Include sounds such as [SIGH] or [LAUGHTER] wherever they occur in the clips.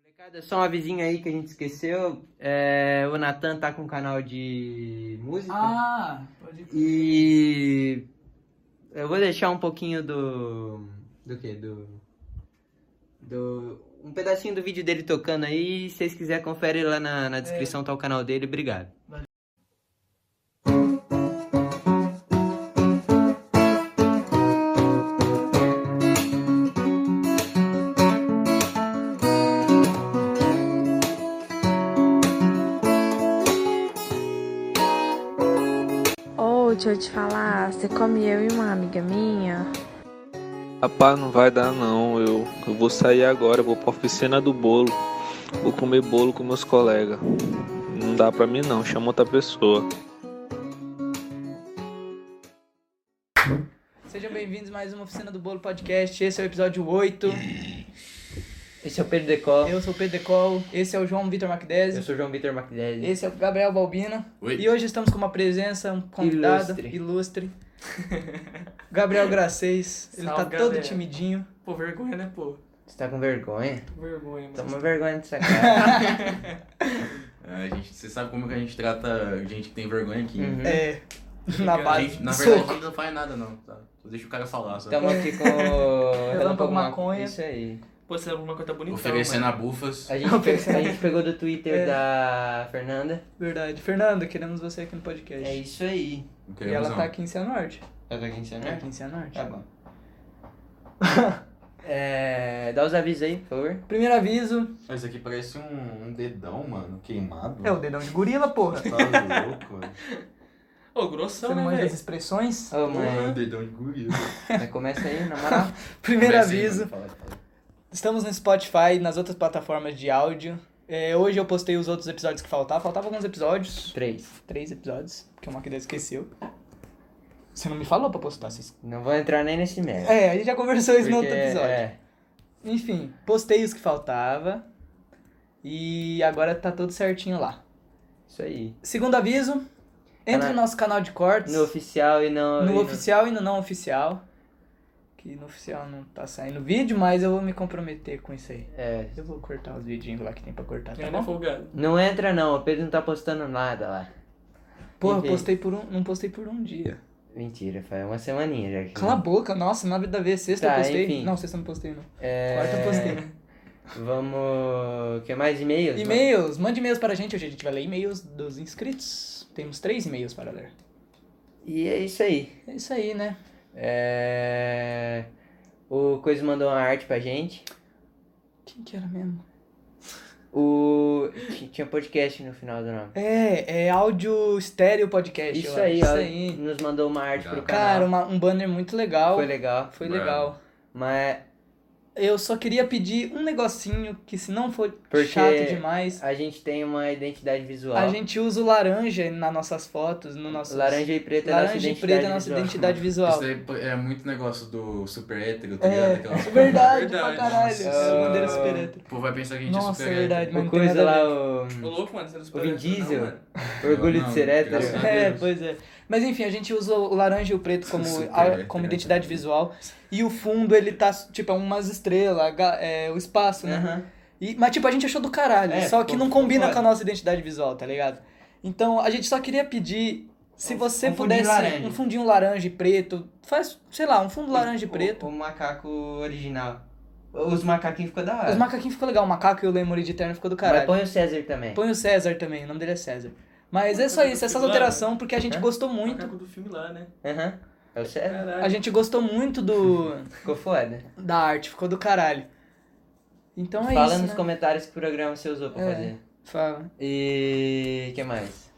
Molecada, só um avisinho aí que a gente esqueceu. É, o Natan tá com um canal de música. Ah, pode crer. E eu vou deixar um pouquinho do. Do que? Do. Do. Um pedacinho do vídeo dele tocando aí. Se vocês quiserem, confere lá na, na descrição, É. tá o canal dele. Obrigado. Ô, deixa eu te falar, você come eu e uma amiga minha? Rapaz, não vai dar não. Eu, eu vou sair agora, vou pra oficina do bolo. Vou comer bolo com meus colegas. Não dá pra mim não, chama outra pessoa. Sejam bem-vindos a mais uma Oficina do Bolo Podcast. Esse é o episódio 8. Esse é o Pedro Decol. Eu sou o Pedro Decol. Esse é o João Vitor Macdese. sou o João Vitor Macdelli. Esse é o Gabriel Balbino. Oi. E hoje estamos com uma presença, um convidado Ilustre. ilustre. [LAUGHS] Gabriel Gracês. Ele Salve, tá todo Gabriel. timidinho. Pô, vergonha, né, pô? Você tá com vergonha? Vergonha, mano. Toma vergonha [LAUGHS] dessa cara. É, A gente, você sabe como que a gente trata gente que tem vergonha aqui. Uhum. É. Fica- Na a A base. gente, na do verdade, a soco. gente não faz nada, não. Tá? Só Deixa o cara falar, só. Tamo aqui [LAUGHS] com o. Relâmpago Maconha. Isso aí. Pô, você lembra uma coisa bonita, Oferecendo a bufas. A gente, pe- a gente pegou do Twitter É. da Fernanda. Verdade. Fernando, queremos você aqui no podcast. É isso aí. Okay, E ela tá aqui em Cianorte. Tá com quem você É aqui em Cianorte. Tá bom. É, dá os avisos aí, por favor. Primeiro aviso. Isso aqui parece um, um dedão, mano, queimado. É o dedão de gorila, porra. Tá louco, [LAUGHS] mano. Ô, grossão, Você é assim, não né, manja velho? as expressões? Ô, Porra, um mãe. dedão de gorila. Mas começa aí, na moral. [LAUGHS] Primeiro Começa aí, aviso. mano, fala, fala. Estamos no Spotify e nas outras plataformas de áudio. É, hoje eu postei os outros episódios que faltavam. Faltavam alguns episódios. Três. Três episódios, porque o Maqueda esqueceu. Você não me falou pra postar. Vocês... Não vou entrar nem nesse merda. É, a gente já conversou isso no Porque, outro episódio. É, Enfim, postei os que faltava. E agora tá tudo certinho lá. isso aí. Segundo aviso, entre Ela- no né? nosso canal de cortes. No oficial e não. e No no- oficial e no não oficial. Que no oficial não tá saindo vídeo, mas eu vou me comprometer com isso aí. É. Eu vou cortar os vidinhos lá que tem pra cortar, tá Ele é bom? folgado. Não entra não, o Pedro não tá postando nada lá. Porra, eu Enfim. postei por um, não postei por um dia. Mentira, foi uma semaninha já. que- Cala a boca, nossa, nada da vez. Sexta Tá, eu postei. enfim. Não, sexta eu não postei, não. É... Quarta eu postei. Vamos... Quer mais e-mails? E-mails, mande e-mails para a gente. Hoje a gente vai ler e-mails dos inscritos. Temos três e-mails para ler. E é isso aí. É isso aí, né? É... O Coisa mandou uma arte pra gente. Quem que era mesmo? O... T- Tinha podcast no final do nome. É, é áudio estéreo podcast. Isso eu acho. aí, ó. Isso aí. Nos mandou uma arte pro Legal. Cara, canal. uma- um banner muito legal. Foi legal. Foi Bravo. legal. Mas Eu só queria pedir um negocinho que se não for Porque- chato demais, a gente tem uma identidade visual. a gente usa o laranja nas nossas fotos, no nosso Laranja e preta é nossa laranja e identidade preto é nossa visual. identidade visual. Isso aí é muito negócio do super hétero, tá ligado? É, [LAUGHS] Aquela- verdade, pra Verdade. caralho. Nossa. Essa bandeira super hétero. O povo vai pensar que a gente Nossa, é é super verdade, hétero. mas O não tem coisa nada a lá, ver. Hum. Ô, o... louco, mano, você não O Vin não, Diesel? mano. Orgulho Não, de ser hétero. graças a É, Deus. pois é. Mas enfim, a gente usa o laranja e o preto como, Super a- hétero. né, como identidade visual. E o fundo, ele tá, tipo, é umas estrelas, a ga- é, o espaço, né? Aham. E- mas, tipo, a gente achou do caralho. É, só que ficou- não combina ficou com a nossa identidade visual, tá ligado? Então, a gente só queria pedir. Se Um- você um fundinho pudesse. laranja. Um fundinho laranja e preto. Faz, sei lá, um fundo laranja e preto. O, o macaco original. Os macaquinhos ficou da hora. Os macaquinhos ficou legal. O macaco e o Lemuri de terno ficou do é. Mas caralho. Põe... põe o César também. o César também, o nome dele é César. Mas é só isso, essas Claro. alterações, porque a gente É? gostou O muito. macaco do filme lá, né? Aham. É o César. Caralho. A gente gostou muito [LAUGHS] do Ficou foda. da arte, ficou do caralho. Então é Fala isso. nos né? comentários que programa você usou pra É. fazer. Fala. E que mais?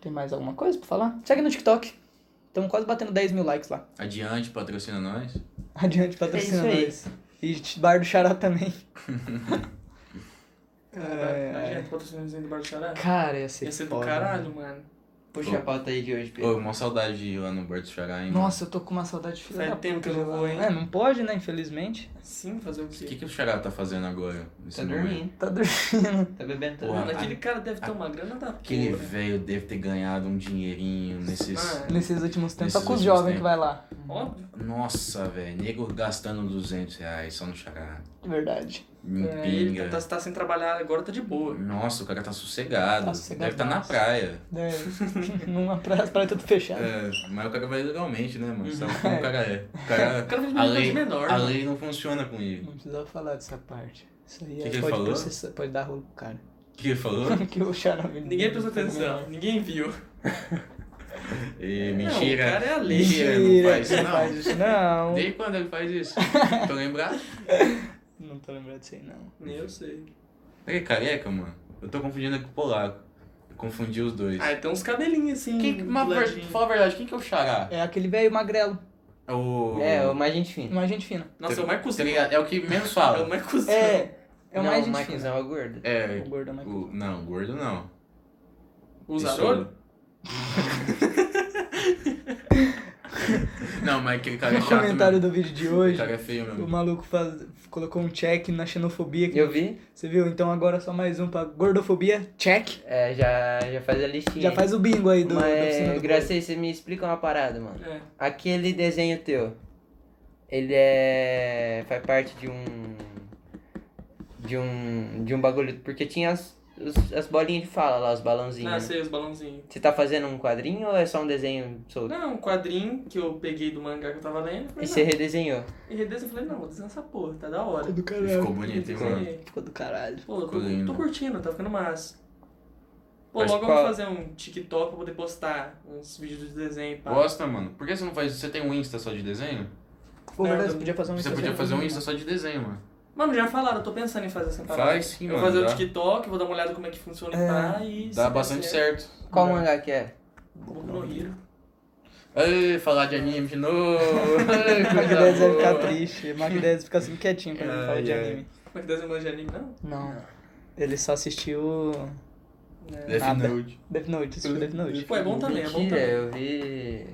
Tem mais alguma coisa pra falar? Segue no TikTok. Estamos quase batendo 10 mil likes lá. [LAUGHS] Adiante, patrocina nós. Adiante patrocina É nós. E Bar do Xará também. Caralho. A É. gente patrocinando do Bar do Xará. Cara, ia ser, Ia ser do foda. né? caralho, mano. Puxa a pauta aí de hoje, Ô, Pedro. uma saudade de ir lá no Berto Xará, hein? mano? Nossa, eu tô com uma saudade filha Faz da tempo puta que eu de não lá. vou, hein? É, não pode, né, infelizmente. Sim, fazer o O que, quê? que o Xará tá fazendo agora? nesse Tá momento? dormindo. Tá dormindo. Tá bebendo tudo. Porra. Mano, aquele cara deve ter uma grana da Aquele porra. velho deve ter ganhado um dinheirinho nesses. Mano, [LAUGHS] Nesses últimos tempos, só Nesses com os últimos jovens que tempos. vai lá. óbvio. Nossa, velho. Nego gastando 200 reais só no xará. [LAUGHS] De verdade. Em É, ele Hum, pinga. tá, tá sem trabalhar agora, tá de boa. Nossa, o cara tá sossegado. Tá sossegado Deve estar tá na demais. praia. É, numa praia, praia tudo fechado. É, mas o cara vai legalmente, né, mano? Sabe como o cara [LAUGHS] é. O cara, Uhum. O cara fez a, uma coisa lei, menor. a mano. lei não funciona com ele. Não precisava falar dessa parte. Isso aí Que é- que ele pode falou? processar, pode dar rolo pro cara. [LAUGHS] O que ele [LAUGHS] falou? que o Xarope. Ninguém prestou atenção, ninguém viu. E, Não, mentira. o cara é a lei. Mentira, não faz isso, não. isso, não. Desde quando ele faz [LAUGHS] isso? Tô lembrado? Não tô lembrado disso aí, não. Nem né, eu sei. Ele é careca, mano. Eu tô confundindo ele com o polaco. Eu confundi os dois. Ah, tem uns cabelinhos assim. Quem, do mas, ver- ladinho. fala a verdade, quem que é o Xará? É aquele velho magrelo, um É o. É, o mais gente fina. uma gente fina. Nossa, é o Marcos. Tá É ligado? É o que menos o fala. Marcos. É, é o não, mais o gente fina. Michaelzão é o gordo. É. O gordo é o Michael. [LAUGHS] O, não, o gordo não. É. O Isso- Zaroro? não, mas aquele cara é No chato. comentário mesmo. do vídeo de Aquele hoje, cara é feio mesmo. o maluco faz- colocou um check na xenofobia. que- Eu vi, Você viu? Então agora só mais um pra gordofobia, check. é, já, já faz a listinha. Já faz o bingo aí do, da piscina Mas, do Gracei, você me explica uma parada, mano. É. Aquele desenho teu, ele é. faz parte de um. de um. de um bagulho. Porque tinha as, os- as bolinhas de fala lá, os balãozinhos. Ah, né? sei, os balãozinhos. Você tá fazendo um quadrinho ou é só um desenho solto? Não, um quadrinho que eu peguei do mangá que eu tava lendo. E Falei, você não. é redesenhou. E redesenho, eu falei, não, vou desenhar essa porra, tá da hora. Ficou do Ele caralho. é ficou bonito, hein, Sim. mano? Ficou do caralho. Pô, eu Ficou tô, lindo. tô curtindo, tá ficando massa. Pô, Mas logo eu qual- vou fazer um TikTok pra poder postar uns vídeos de desenho. Pá. Gosta, mano? Por que você não faz. Você tem um Insta só de desenho? Pô, É, verdade, eu- você podia fazer um Você Insta podia só fazer um de- Insta só de desenho, mano. Mano, já falaram, eu tô pensando em fazer essa Ah, parada. Faz sim, Eu vou mano, fazer dá. o TikTok, vou dar uma olhada como é que funciona É, e pá, e... se Dá der né? bastante certo. Qual Não. mangá que é? Boku no Hero. Ei, falar de anime [LAUGHS] de novo. Ei, O Mac coisa 10 vai ficar boa. triste. O Mac 10 fica assim quietinho quando ele Ai, fala de ai. anime. Como é que desenha de anime, não? Não. Ele só assistiu É. Death Nada. Note. Death Note, assistiu Death Note. Pô, é bom também, é bom Mentira, também. eu vi.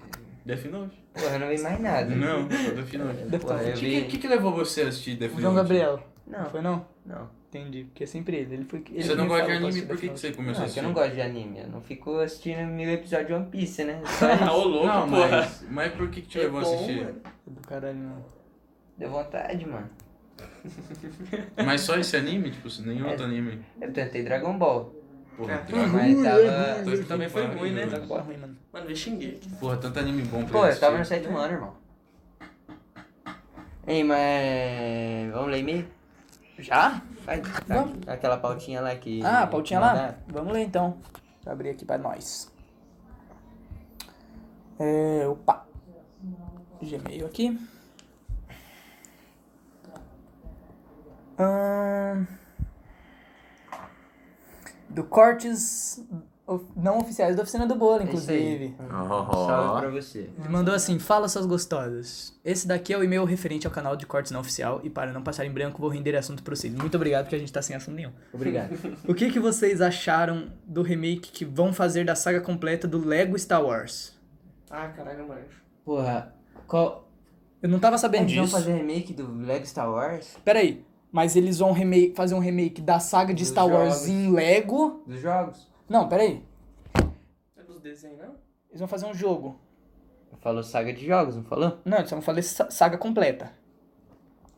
Death Note? Porra, eu não vi mais nada. Não, só Death Note. Death Porra, Note. eu O que, que, vi. que levou você a assistir Death O João Note? Gabriel. Não Não, foi não? não. Entendi, porque é sempre ele. ele, foi, ele Você não me gosta de falou pra anime, assistir por que, Death que Note. você Não, começou é a que assistir? eu não gosto de anime. Eu não fico assistindo mil episódios de One Piece, né? [LAUGHS] Só Ah, ô isso. louco, é Não, porra. mas, mas por que, que te É levou a bom, assistir? mano. Do caralho, não. Deu vontade, mano. Mas só esse anime? Tipo, nenhum É. outro anime? Eu tentei Dragon Ball. Porra, É. Dragon Mas Ball. tava- Tanto que Também foi pariu, ruim, né? mano. Dragon Ball é ruim, mano. Mano, vê Shingeki. Porra, tanto anime bom pra Pô, eu assistir. tava no sétimo ano, irmão. Ei, mas. Vamos ler e-mail? Já? Faz tá- Vamos. aquela pautinha lá que. Ah, a pautinha lá? mandar. Vamos ler então. Vou abrir aqui pra nós. É, opa. Gmail aqui. Ahn. do cortes of- não oficiais da oficina do bolo, É isso aí. inclusive. Oh. Salve pra você. Ele mandou assim, fala suas gostosas. Esse daqui é o e-mail referente ao canal de cortes não oficial e para não passar em branco vou render assunto para vocês. Muito obrigado porque a gente tá sem assunto nenhum. Obrigado. O que, que vocês acharam do remake que vão fazer da saga completa do Lego Star Wars? Ah, caralho, manjo. [LAUGHS] Porra, qual. Eu não tava sabendo Eles vão disso. fazer remake do Lego Star Wars? Peraí, mas eles vão remake, fazer um remake da saga de Dos Star Wars jogos. em Lego? Dos jogos? Não, peraí. É dos desenhos, não? Eles vão fazer um jogo. Falou saga de jogos, não falou? Não, eles vão fazer sa- saga completa.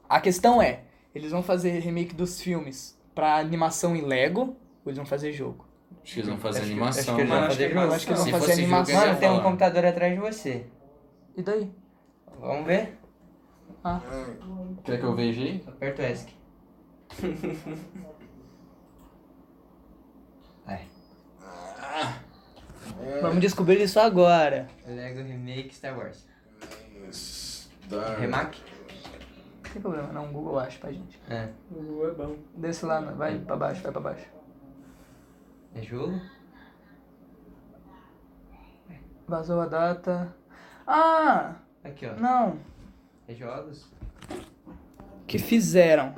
A questão é, eles vão fazer remake dos filmes pra animação em Lego ou eles vão fazer jogo? Acho que eles vão fazer Acho que- acho animação, que eles vão mano. acho fazer que eles vão- Eu jogos. acho que eles vão Se fazer fosse jogo, animação. eu ia Mano, tem um falar. computador atrás de você. E daí? Ah. Vamos ver? Quer que eu veja aí? Aperta o ESC. Ai. Vamos descobrir isso agora. Lego Remake Star Wars. Tá. Remake? Não tem problema, não. Google acha pra gente. É. O Google é bom. Desce lá, vai pra baixo, vai pra baixo. É jogo? Vazou a data. Ah! Aqui, ó. Não! É jogos? Que fizeram.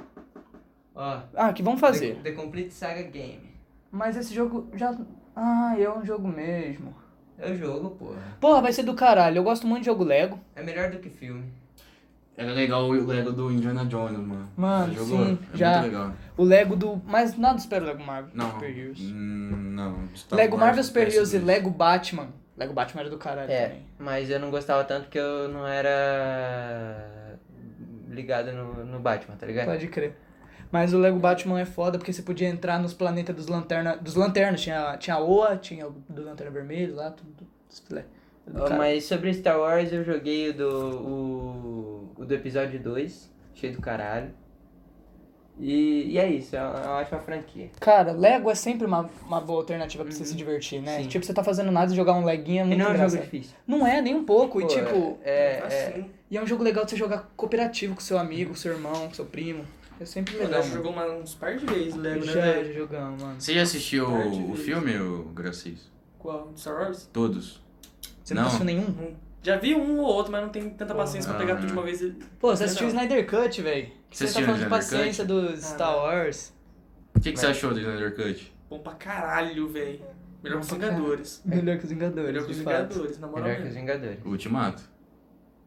Ó. Ah, que vão fazer. The, The Complete Saga Game. Mas esse jogo já. Ah, é um jogo mesmo. É o jogo, porra. Porra, vai ser do caralho. Eu gosto muito de jogo Lego. É melhor do que filme. Era legal o Lego do Indiana Jones, mano. Mano, Já jogou? sim, é já. Muito legal. O Lego do. Mas nada supera o Lego Marvel. Não. Super Heroes. Hum, não. é Star Lego Wars, Marvel Super Heroes e PS2. Lego Batman. Lego Batman era do caralho É, também. mas eu não gostava tanto que eu não era ligado no, no Batman, tá ligado? É. Pode crer. Mas o Lego Batman é foda porque você podia entrar nos planetas dos lanternas. Dos lanternas, tinha, tinha a Oa, tinha o do Lanterna Vermelho lá, tudo. os filé. Do Ó, cara. Ah, mas sobre Star Wars eu joguei o do. o, o do episódio 2, cheio do caralho. E, e é isso, é uma é uma ótima franquia. Cara, Lego é sempre uma, uma boa alternativa pra você se divertir, né? Sim. Tipo, você tá fazendo nada e jogar um leguinho é E muito não é um jogo engraçado. difícil. Não é, nem um pouco. Pô, e tipo, é, é, assim. e é um jogo legal de você jogar cooperativo com seu amigo, com seu irmão, com seu primo. É sempre Pô, legal. nós mano. jogou uma- uns par de vezes Lego, né, Já, já velho? jogamos, mano. Você já assistiu Parte o, o de- filme, o Gracis? Qual? De Star Wars? Todos? Você não, Não. assistiu nenhum? Não- Já vi um ou outro, mas não tenho tanta paciência pra pegar Ah. tudo de uma vez. e- Pô, você assistiu o Não. Snyder Cut, velho. Você Você, tá assistiu falando de Snyder paciência do Star não. Wars. O que, que você achou do Snyder Cut? Bom pra caralho, velho. Melhor que os Bom pra caralho. Vingadores. Melhor que os Vingadores, Melhor que os de fato. Vingadores, na moral melhor que os mesmo. Vingadores. O Ultimato?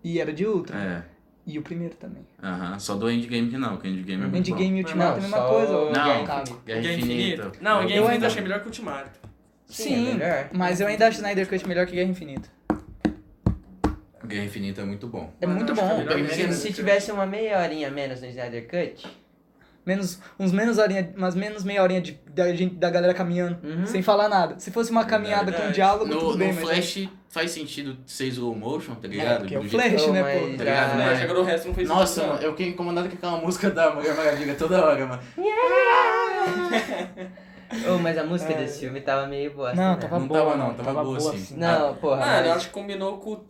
E era de Ultra. É. E o primeiro também. Aham. Só do Endgame que não, que Endgame é muito Endgame e Mas Ultimato é a não, mesma só coisa. o ô Não. Caco. bom. Guerra Guerra Infinita. Infinita. é Não, Guerra Eu Infinita ainda- eu achei melhor que o Ultimato. é Sim, melhor. mas eu ainda acho Snyder Cut melhor que Guerra Infinita. Guerra Infinita é muito bom. É Mas muito eu acho que bom. é melhor Se, que- se tivesse uma meia horinha a menos no Snyder [LAUGHS] Cut, Menos, uns menos horinha, umas menos meia horinha de, da, gente, da galera caminhando, Uhum. sem falar nada. Se fosse uma caminhada com Verdade. diálogo, No, tudo bem, no mas... Flash faz sentido ser slow motion, tá é, ligado? porque é o Do jeito- Flash, Não, né, mas- pô? Tá ligado? É. Ah, Mas- mas agora o resto não fez Nossa, sentido, mano, eu fiquei incomodado com aquela música da Mulher Maravilha toda hora, mano. né? oh, mas a música desse filme tava meio bosta. É. Não, né? tava É, Não boa, tava, mano. não, tava boa, sim. assim. Não, porra. Mano, eu mas- acho que combinou com o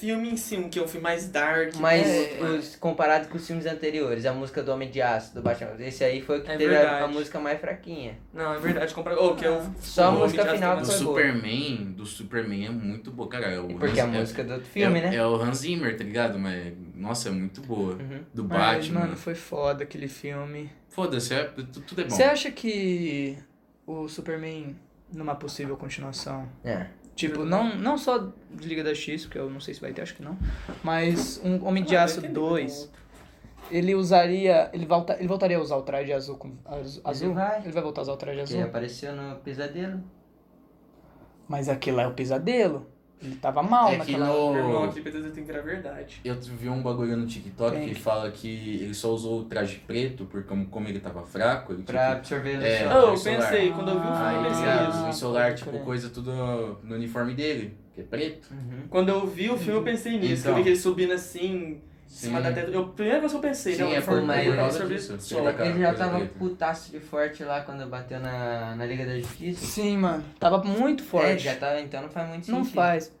filme em si, um que é um filme mais dark. Tipo, Mas é, né? os- comparado com os filmes anteriores, a música do Homem de Aço, do Batman, esse aí foi o que É teve a, a verdade. música mais fraquinha. Não, é verdade, compra. Oh, que é um... Só a o música Homem de final Do Aço foi boa. Superman, do Superman é muito boa, cara. É o E porque a Hans- é- música do outro filme, é, né? É o Hans Zimmer, tá ligado? Mas, nossa, é muito boa. Uhum. Do Mas, Batman. mano, foi foda aquele filme. Foda-se, é- tu- tudo é bom. Você acha que o Superman, numa possível continuação, É. Tipo, não, não só de Liga da X, porque eu não sei se vai ter, acho que não. Mas um Homem de Ah, eu Aço entendi como 2, outro. ele usaria. Ele, volta, ele voltaria a usar o traje azul com. az- Azul? vai. voltar a usar o traje Uhum. Que azul. apareceu no Pesadelo. Tipo, Mas aquilo lá é o pesadelo. Ele tava mal É que naquela. Meu irmão, no... aquele pedaço tem que virar verdade. Eu vi um bagulho no TikTok Tem. que fala que ele só usou o traje preto, porque como, como ele tava fraco, ele Pra tipo, absorver o É. sol. Oh, eu solar. pensei, quando eu vi o filme, Aí, eu tá pensei Ah, ligado? isso. o solar, pode tipo, crer. coisa tudo no, no uniforme dele, que é preto. Ah. Uhum. Quando eu vi o filme, eu pensei nisso. Então. Eu vi que ele subindo assim, em cima da teta. Eu, a primeira coisa que eu pensei, Sim, não, é ele falou, por, mas- por ele causa sobre disso. isso. Ele tá com a Ele já coisa tava preta. putaço de forte lá quando bateu na, na Liga da Justiça. Sim, mano. Tava muito É, forte. já tava, então não faz muito sentido. não faz.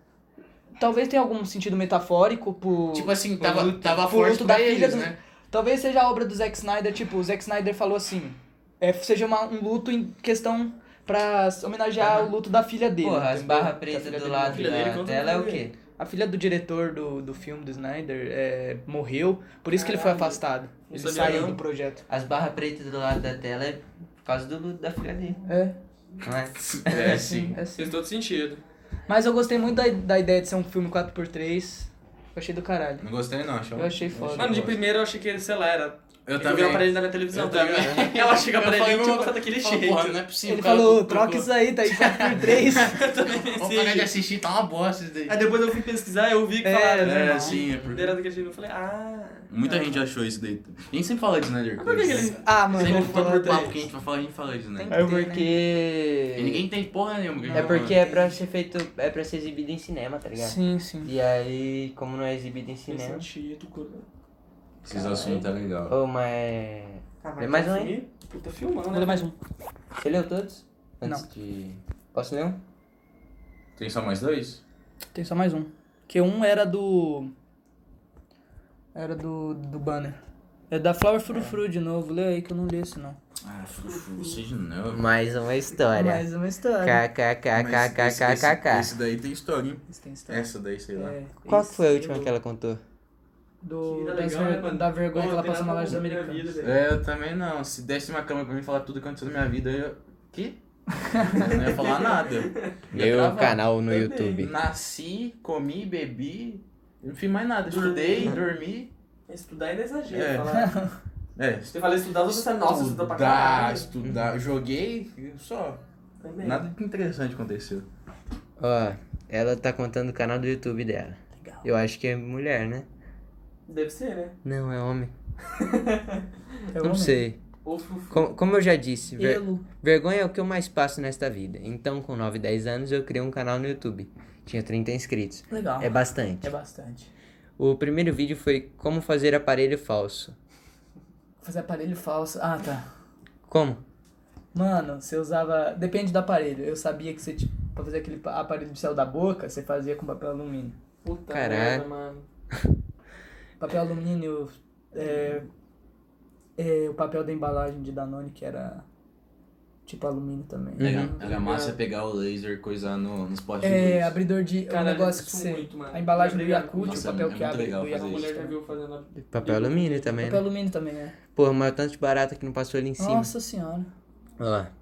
Talvez tenha algum sentido metafórico pro. Tipo assim, tava, luto- tava pro forte luto pra da filha eles, do- [LAUGHS] né? [LAUGHS] Talvez seja a obra do Zack Snyder, tipo, o Zack Snyder falou assim, é, seja uma- um luto em questão pra homenagear o luto da filha dele. Porra, as entendeu? barras Que a pretas filha do dele lado morreu. Filha dele da contra tela é o o quê? A filha do diretor do, do filme, do Snyder, é, morreu, por isso que ele foi Caralho. afastado. Não Ele sabia saiu não. do projeto. As barras pretas do lado da tela é por causa do luto da filha dele. É, Não é? É, sim. é sim. Fez todo sentido. Mas eu gostei muito da, da ideia de ser um filme 4x3. Eu achei do caralho. Não gostei não, um achou? Eu achei foda. Mano, de primeiro eu achei que ele, sei lá, era. Uhum. tipo, Eu ele também. virou pra ele na minha televisão, Eu tá ligado? também. né? Ela chega pra Eu ele falei, e tinha meu- gostado daquele Fala, jeito. porra, não é possível. ele o cara falou, colocou- troca isso aí, tá aí 4x3. [LAUGHS] Eu também Vamos parar de pensei. assistir, tá uma bosta isso daí. Aí depois eu fui pesquisar, eu vi que É, falaram. né? É, sim, é Ele porque... era daquele jeito. Eu falei, ah. Muita gente achou isso daí. A gente sempre fala de Snyder Cut. Por que que ele. ah, mano, Sempre vamos que for falar por daí. papo que a gente vai falar, a gente fala né? de Snyder É Cut. porque. E ninguém tem porra nenhuma. que a gente É tá porque falando. é pra ser feito. É pra ser exibido em cinema, tá ligado? Sim, sim. E aí, como não é exibido em Fez né?" cinema. sentido, cara. Esses assuntos é legal. Ô, mas. É Ah, Lê mais um aí. filme? Puta filmando, Vou né? ler mais um. Você leu todos? Antes Não. de. Posso ler um? Tem só mais dois? Tem só mais um. Que um era do. Era do, do banner. É da Flower Fru Fru de novo. Lê aí que eu não li esse não. Ah, fufu, você de novo. Mais uma história. uma história. KKKKKKKK. Esse daí tem história, hein? Esse tem história. Essa daí, sei lá. É, Qual esse que foi a última do- que ela contou? Do, Vida da, legal, ver- né, mano? da vergonha Pô, que ela tem passou na nada loja com minha americana. vida, velho. É, eu também não. Se desse uma câmera pra mim falar tudo que aconteceu na minha vida, eu. Que? Eu não ia falar nada. Ia [LAUGHS] Meu travar. canal no Também. YouTube. Nasci, comi, bebi, não fiz mais nada. Estudei, dormi. Estudar ainda é exagero. É. falar. É. tá Você fala estudar, você pensa, nossa, estuda pra Estudar, caralho. estudar. Joguei, só. Também. Nada de interessante aconteceu. Ó, ela tá contando o canal do YouTube dela. Legal. Eu acho que é mulher, né? Deve ser, né? Não, é homem. [LAUGHS] É o Não homem. sei. Ou fufu. Como, como eu já disse, ver- Elo. vergonha é o que eu mais passo nesta vida. Então, com 9, 10 anos, eu criei um canal no YouTube. Tinha 30 inscritos. Legal. É bastante. É bastante. O primeiro vídeo foi como fazer aparelho falso. Fazer aparelho falso. Ah, tá. Como? Mano, você usava. Depende do aparelho. Eu sabia que você, tipo, pra fazer aquele pa- aparelho de céu da boca, você fazia com papel alumínio. Puta Caraca. merda, mano. Papel alumínio. É, é, o papel da embalagem de Danone, que era tipo alumínio também. Era, era é massa pegar o laser, coisar no, nos potinhos. É, abridor de. o Caralho, negócio que isso você. muito, mano. a embalagem do Obrigado. Yakult, Nossa, o papel é que muito abre legal do A fazer Yakult. isso. mulher já viu fazendo a... Papel Eu- alumínio também, Papel né? alumínio também, né? Pô, mas tanto de barata que não passou ali em cima. Nossa senhora. Olha lá.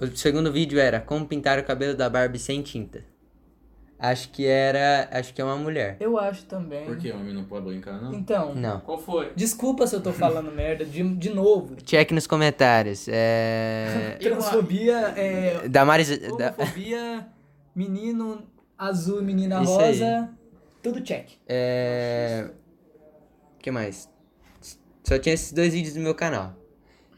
O segundo vídeo era como pintar o cabelo da Barbie sem tinta. Acho que era. Acho que é uma mulher. Eu acho também. Por que homem não pode brincar, não? Então, Não. Qual foi? desculpa se eu tô falando [LAUGHS] merda de, de novo. Check nos comentários. [LAUGHS] É. Eu- Transfobia, é, Damares. Da... homofobia, menino azul, menina Isso rosa, tudo check. É. O que mais? Só tinha esses dois vídeos no meu canal.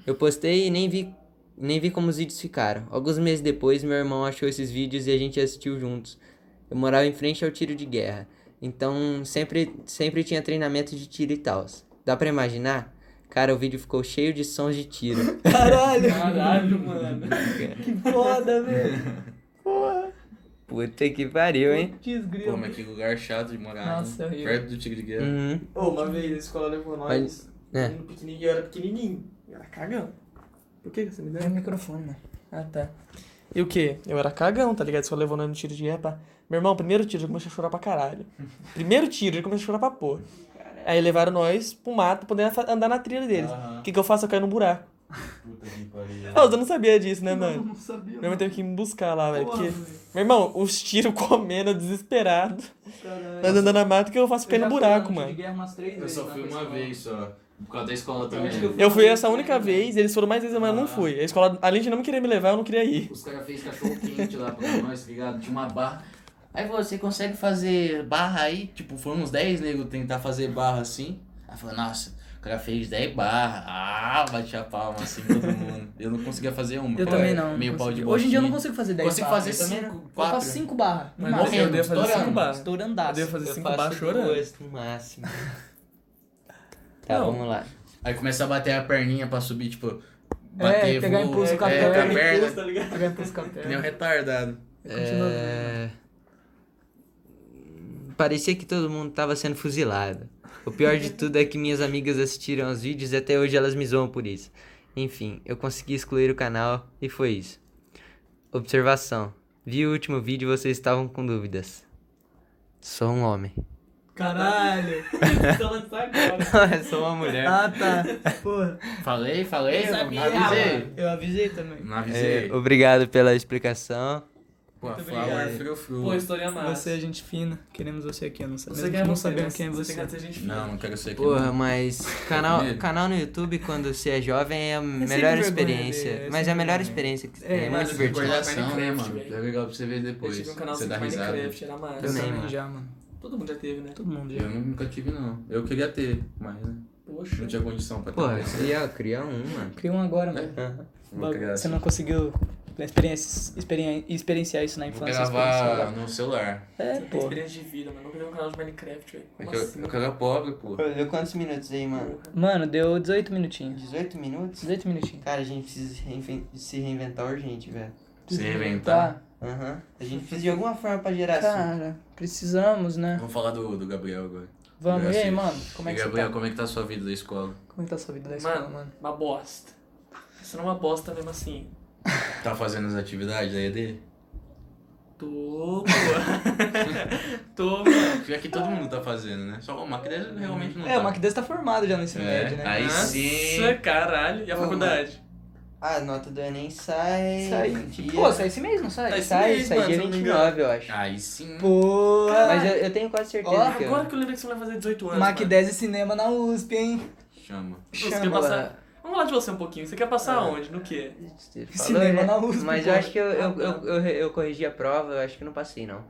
Eu postei e nem vi, nem vi como os vídeos ficaram. Alguns meses depois, meu irmão achou esses vídeos e a gente assistiu juntos. Eu morava em frente ao tiro de guerra. Então sempre, sempre tinha treinamento de tiro e tal. Dá pra imaginar? Cara, o vídeo ficou cheio de sons de tiro. Caralho, Caralho, [LAUGHS] mano. que foda, velho. [LAUGHS] Puta que pariu, hein? Putz, grilo. Pô, mas que lugar chato de morar. um. Nossa, né? horrível. Hum. Perto do Tigre de Guerra. Uhum. Ô, uma vez a escola levou nós. É. num piquenique, eu era pequenininho. Eu era cagão. Por que que você me deu? É o microfone, né? Ah, tá. E o quê? Eu era cagão, tá ligado? Só levou no tiro de guerra pra... Meu irmão, primeiro tiro, ele começou a chorar pra [LAUGHS] caralho. Primeiro tiro, ele começou a chorar pra porra. Aí levaram nós pro mato, podendo fa- andar na trilha deles. O que, que eu faço? Eu caio no buraco. Puta que pariu. Ah, eu não sabia disso, né, mano? Não sabia. Meu irmão teve que me buscar lá, velho. Porra, Porque, velho. meu irmão, os tiros comendo, eu desesperado. Caralho. Nós andando na mata, o que eu faço? Eu Cair já no fui buraco, no tiro de mano. guerra umas três Eu vezes né? só lá fui na uma escola. vez só. Por causa da escola acho que eu também. Eu fui essa única vez, eles foram mais vezes, mas eu Ah. não fui. A escola, além de não me querer me levar, eu não queria ir. Os caras fez cachorro quente lá pra nós, tá ligado? Tinha uma barra. Aí falou, você consegue fazer barra aí? Tipo, foram uns 10 negros tentar fazer barra assim. Aí falou, nossa, o cara fez 10 barras. Ah, bati a palma assim todo mundo. Eu não conseguia fazer uma. Eu Pô, também não. Meio pau de consegui. botinha. Hoje em dia eu não consigo fazer 10 Consigo barras. fazer eu também cinco, não- Eu quatro. faço 5 barras. no Mas máximo. você- eu devo fazer estourando. cinco barras. Estourandaço. Eu devo fazer Eu cinco faço baixos chorando. duas no máximo. tá, Não. vamos lá. Aí começa a bater a perninha pra subir, tipo. É, Bater pegar voo, impulso com a é, perna. com a perna. Tá ligado? Eu devo fazer cinco que nem um barras. retardado. Continua vendo. É, Parecia que todo mundo tava sendo fuzilado. O pior de tudo é que minhas amigas assistiram aos vídeos e até hoje elas me zoam por isso. Enfim, eu consegui excluir o canal e foi isso. Observação. Vi o último vídeo e vocês estavam com dúvidas. Sou um homem. Caralho. Então, Tô tá lançando agora. Sou uma mulher. Ah, tá. Porra. Falei, falei, É, não avisei. Eu avisei também. Não avisei. É, É, obrigado pela explicação. Pô, a Muito Flower obrigado. frio Pô, frio. história massa. Você é gente fina. Queremos você aqui. Não sabemos, Você quer não você, né? sabemos quem é você. quer ser gente fina. Não, não quero ser aqui. Porra, mas canal, Medo. canal no YouTube quando você é jovem é a melhor vergonha experiência. alheia, é mas é a sempre melhor vergonha. experiência que É, tem. É, mas muito eu divertido. recordação, né, Minecraft, mano? velho. É legal pra você ver Eu depois. tive um canal você dá sobre risada. Minecraft, era massa. Eu Também, também né? mano. já, mano. Todo mundo já teve, né? Todo mundo já. Eu nunca tive, não. Eu queria ter, mas né, Poxa. não tinha condição pra ter. Porra, você ia criar um, mano. Cria um agora, mano. Vou criar Você assim. não conseguiu experiência, experiência, experienciar isso na Vou infância. gravar experienciar no celular. agora. É, Tem pô. experiência de vida, mas nunca teve um canal de Minecraft, velho. É Como que eu, assim? eu quero pobre, pô. Tá. Deu quantos minutos aí, mano? Porra. Mano, deu 18 minutinhos. 18 minutos? 18 minutinhos. Cara, a gente precisa se reinven- se reinventar urgente, velho. Se reinventar. Aham. A gente precisa de alguma forma pra gerar assunto. Tá. Cara, precisamos, né? Vamos falar do, do Gabriel agora. Vamos. E aí, Graças. mano? Como é E que Gabriel, você tá? como é que tá assim. a sua vida da escola? Como é que tá a sua vida da escola, Mano, mano? uma bosta. Isso não é uma bosta mesmo assim. Tá fazendo as atividades da ED? Tô, [LAUGHS] pô. Tô, mano. Pior que todo mundo tá fazendo, né? Só o Macdes realmente não É, tá. o Macdes tá formado já no ensino É, médio, né? aí Nossa, sim. caralho. E a Pô, faculdade? Ah, a nota do Enem sai. um Sai. Dia... Pô, tá sai esse mês, não sai? Sai esse sai, mês, sai mano, dia se eu não me 29, eu acho. Aí sim. um. Pô! é Mas eu, eu tenho quase certeza Ah. Ó, que eu... Agora que eu lembrei que você vai fazer 18 anos. Mac mano. 10 e cinema na USP, hein? Chama. Você quer Chama passar- lá. Vamos falar de você um pouquinho. Você quer passar onde? No quê? Falou, Cinema né? na USP, Mas pô. eu acho que eu, eu, Ah, [LAUGHS] eu, eu, eu corrigi a prova, eu acho que não passei, não.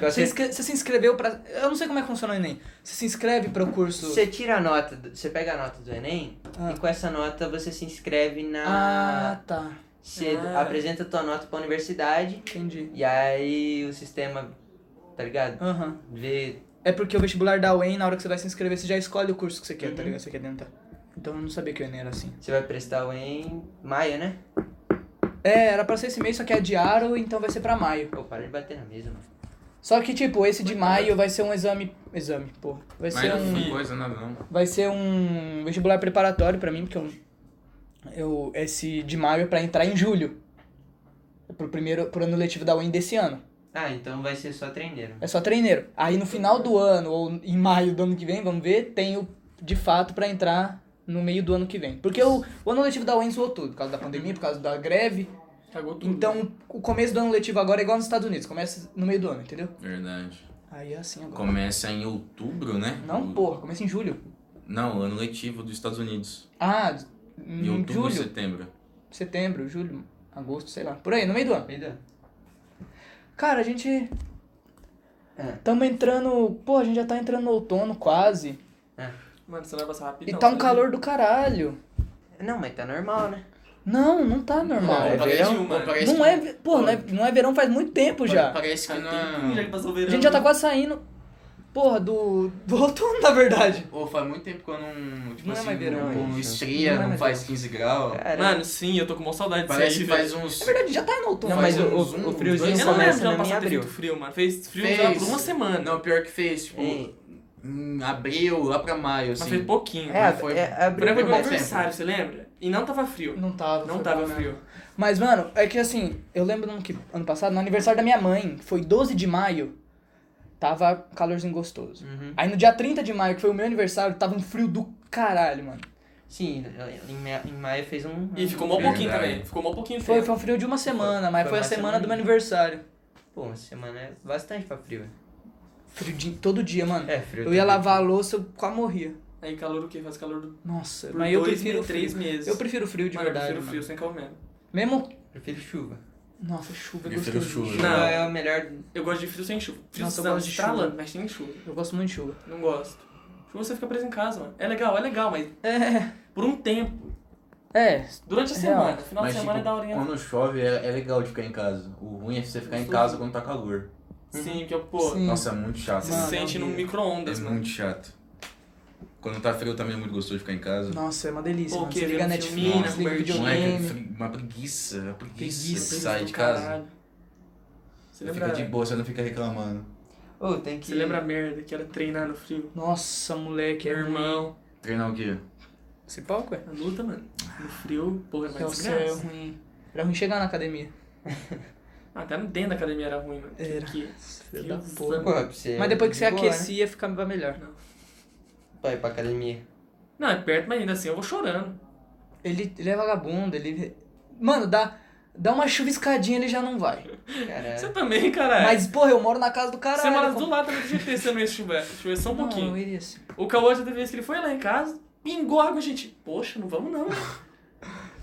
Você, inscre- você se inscreveu pra. Eu não sei como é que funciona o Enem. Você se inscreve para o curso. Você tira a nota, do- você pega a nota do Enem Ah. e com essa nota você se inscreve na. Ah, tá. Você Ah. apresenta tua nota pra universidade Entendi. e aí o sistema, tá ligado? Aham. Vê. É porque o vestibular da UEM, na hora que você vai se inscrever, você já escolhe o curso que você quer, tá Uhum. ligado? Você quer tentar. Então eu não sabia que o Enem era assim. Você vai prestar o em maio, né? É, era pra ser esse mês, só que adiaram, então vai ser pra maio. Pô, para de bater na mesa, mano. Só que, tipo, esse de maio vai ser um exame. Exame, porra. Vai Mas ser não foi um. coisa nada, não. Vai ser um vestibular preparatório pra mim, porque eu. eu esse de maio é pra entrar em julho. Pro primeiro. Pro ano letivo da UEM desse ano. Ah, então vai ser só treineiro. É só treineiro. Aí no final do ano, ou em maio do ano que vem, vamos ver, tenho de fato pra entrar no meio do ano que vem. Porque o, o ano letivo da UEM zoou tudo, por causa da pandemia, por causa da greve. Cagou tudo. Então o começo do ano letivo agora é igual nos Estados Unidos, começa no meio do ano, entendeu? Verdade. Aí é assim agora. Começa em outubro, né? Não, O- porra, começa em julho. Não, ano letivo dos Estados Unidos. Ah, em Em outubro e julho, setembro. setembro, julho, agosto, sei lá. Por aí, no meio do ano. Entendeu? Cara, a gente. É. Tamo entrando. Pô, a gente já tá entrando no outono quase. Mano, você não vai passar rápido. E não, tá um né? calor do caralho. Não, mas tá normal, né? Não, não tá normal. é parece verão? um, mano. Parece Não que- é, ve- pô, não é, não é verão faz muito tempo já. Parece que Faz não tempinho já é... que passou o A verão. gente já tá quase saindo, porra, do, do outono, na verdade. Ou faz muito tempo que eu não... Tipo Não é assim, mais verão, não, é não isso. Não estria, é não, mais É, faz 15 graus. Mano, sim, eu tô com maior saudade disso Parece aí, que velho. faz uns... Na verdade, já tá indo outono. Não, faz mas o, uns um, o, o dois friozinho meses. Eu não lembro começa de ela mesmo em passar ter abril. feito frio, mano. Fez frio Fez. sei lá, por uma semana. Não, pior que fez, tipo... É. Em abril, lá pra maio, mas assim. fez pouquinho. É, foi- é Por abril exemplo, foi meu mais aniversário, você lembra? E não tava frio. Não tava. Não foi tava tá. bom, né? frio. Mas, mano, é que assim, eu lembro no que, ano passado, no aniversário da minha mãe, que foi 12 de maio, tava um calorzinho gostoso. Uhum. Aí no dia 30 de maio, que foi o meu aniversário, tava um frio do caralho, mano. Sim, em, ma- em maio fez um. E ficou mó um- pouquinho Verdade. também. Ficou mó pouquinho Foi, frio. foi um frio de uma semana, mas Foi foi, a uma semana semana. do meu aniversário. Pô, uma semana é bastante pra frio. né? Frio de- todo dia, mano. É, frio. Eu ia também. lavar a louça, eu quase morria. Aí calor o quê? Faz calor do... Nossa, por mas eu dois, prefiro o frio. três meses. Eu prefiro o frio de Mano, eu verdade. prefiro mano. frio sem calor mesmo. Mesmo. Prefiro chuva. Nossa, chuva é Prefiro gostoso. chuva. Chuva Não. é o melhor. Eu gosto de frio sem chuva. Frio Nossa, eu não, gosto de estralando, chuva. mas sem chuva. Eu gosto muito de chuva. Não gosto. Chuva você fica preso em casa, mano. É legal, é legal, mas É. por um tempo. É. Durante a É semana. real. Final Mas, de semana é tipo, daorinha. quando chove, é, é legal de ficar em casa. O ruim é você ficar em Gostoso. casa quando tá calor. Sim, que eu, pô, Sim. Nossa, é muito chato. você Mano, se sente no micro-ondas, né? É mano. muito chato. Quando tá frio também é muito gostoso de ficar em casa. Nossa, é uma delícia. Pô, né, mano. que Você liga a vendo Netflix, filminho, Nossa, liga o cobertinha. Moleque, é videogame. fri- uma preguiça, uma preguiça, Preguiça, de Preso sair do de casa. caralho. é Você Você lembra, fica de boa, você não fica reclamando. Ô, tem que. você lembra a merda que era treinar no frio? Nossa, moleque, Meu é irmão. irmão. Treinar o quê? Esse palco é? A luta, mano. No frio, porra, é mais Nossa, é desgraça. ruim. Era ruim chegar na academia. Ah, Até dentro da academia era ruim, mano. Era. Que, que, Filho que É, da usão. porra. Pô, pra você Mas depois que você de boa, né? aquecia, ficava melhor. Vai pra academia. Não, é perto, mas ainda assim eu vou chorando. Ele, ele é vagabundo, ele. Mano, dá, dá uma chuviscadinha ele já não vai. Caralho. Você também, caralho. É. Mas, porra, eu moro na casa do caralho. É. Você mora do lado também do GT, se eu não ia chover. Chover só um Não, pouquinho. eu iria sim. O Cauã já teve vez que ele foi lá em casa, pingou água, gente. Poxa, não vamos não.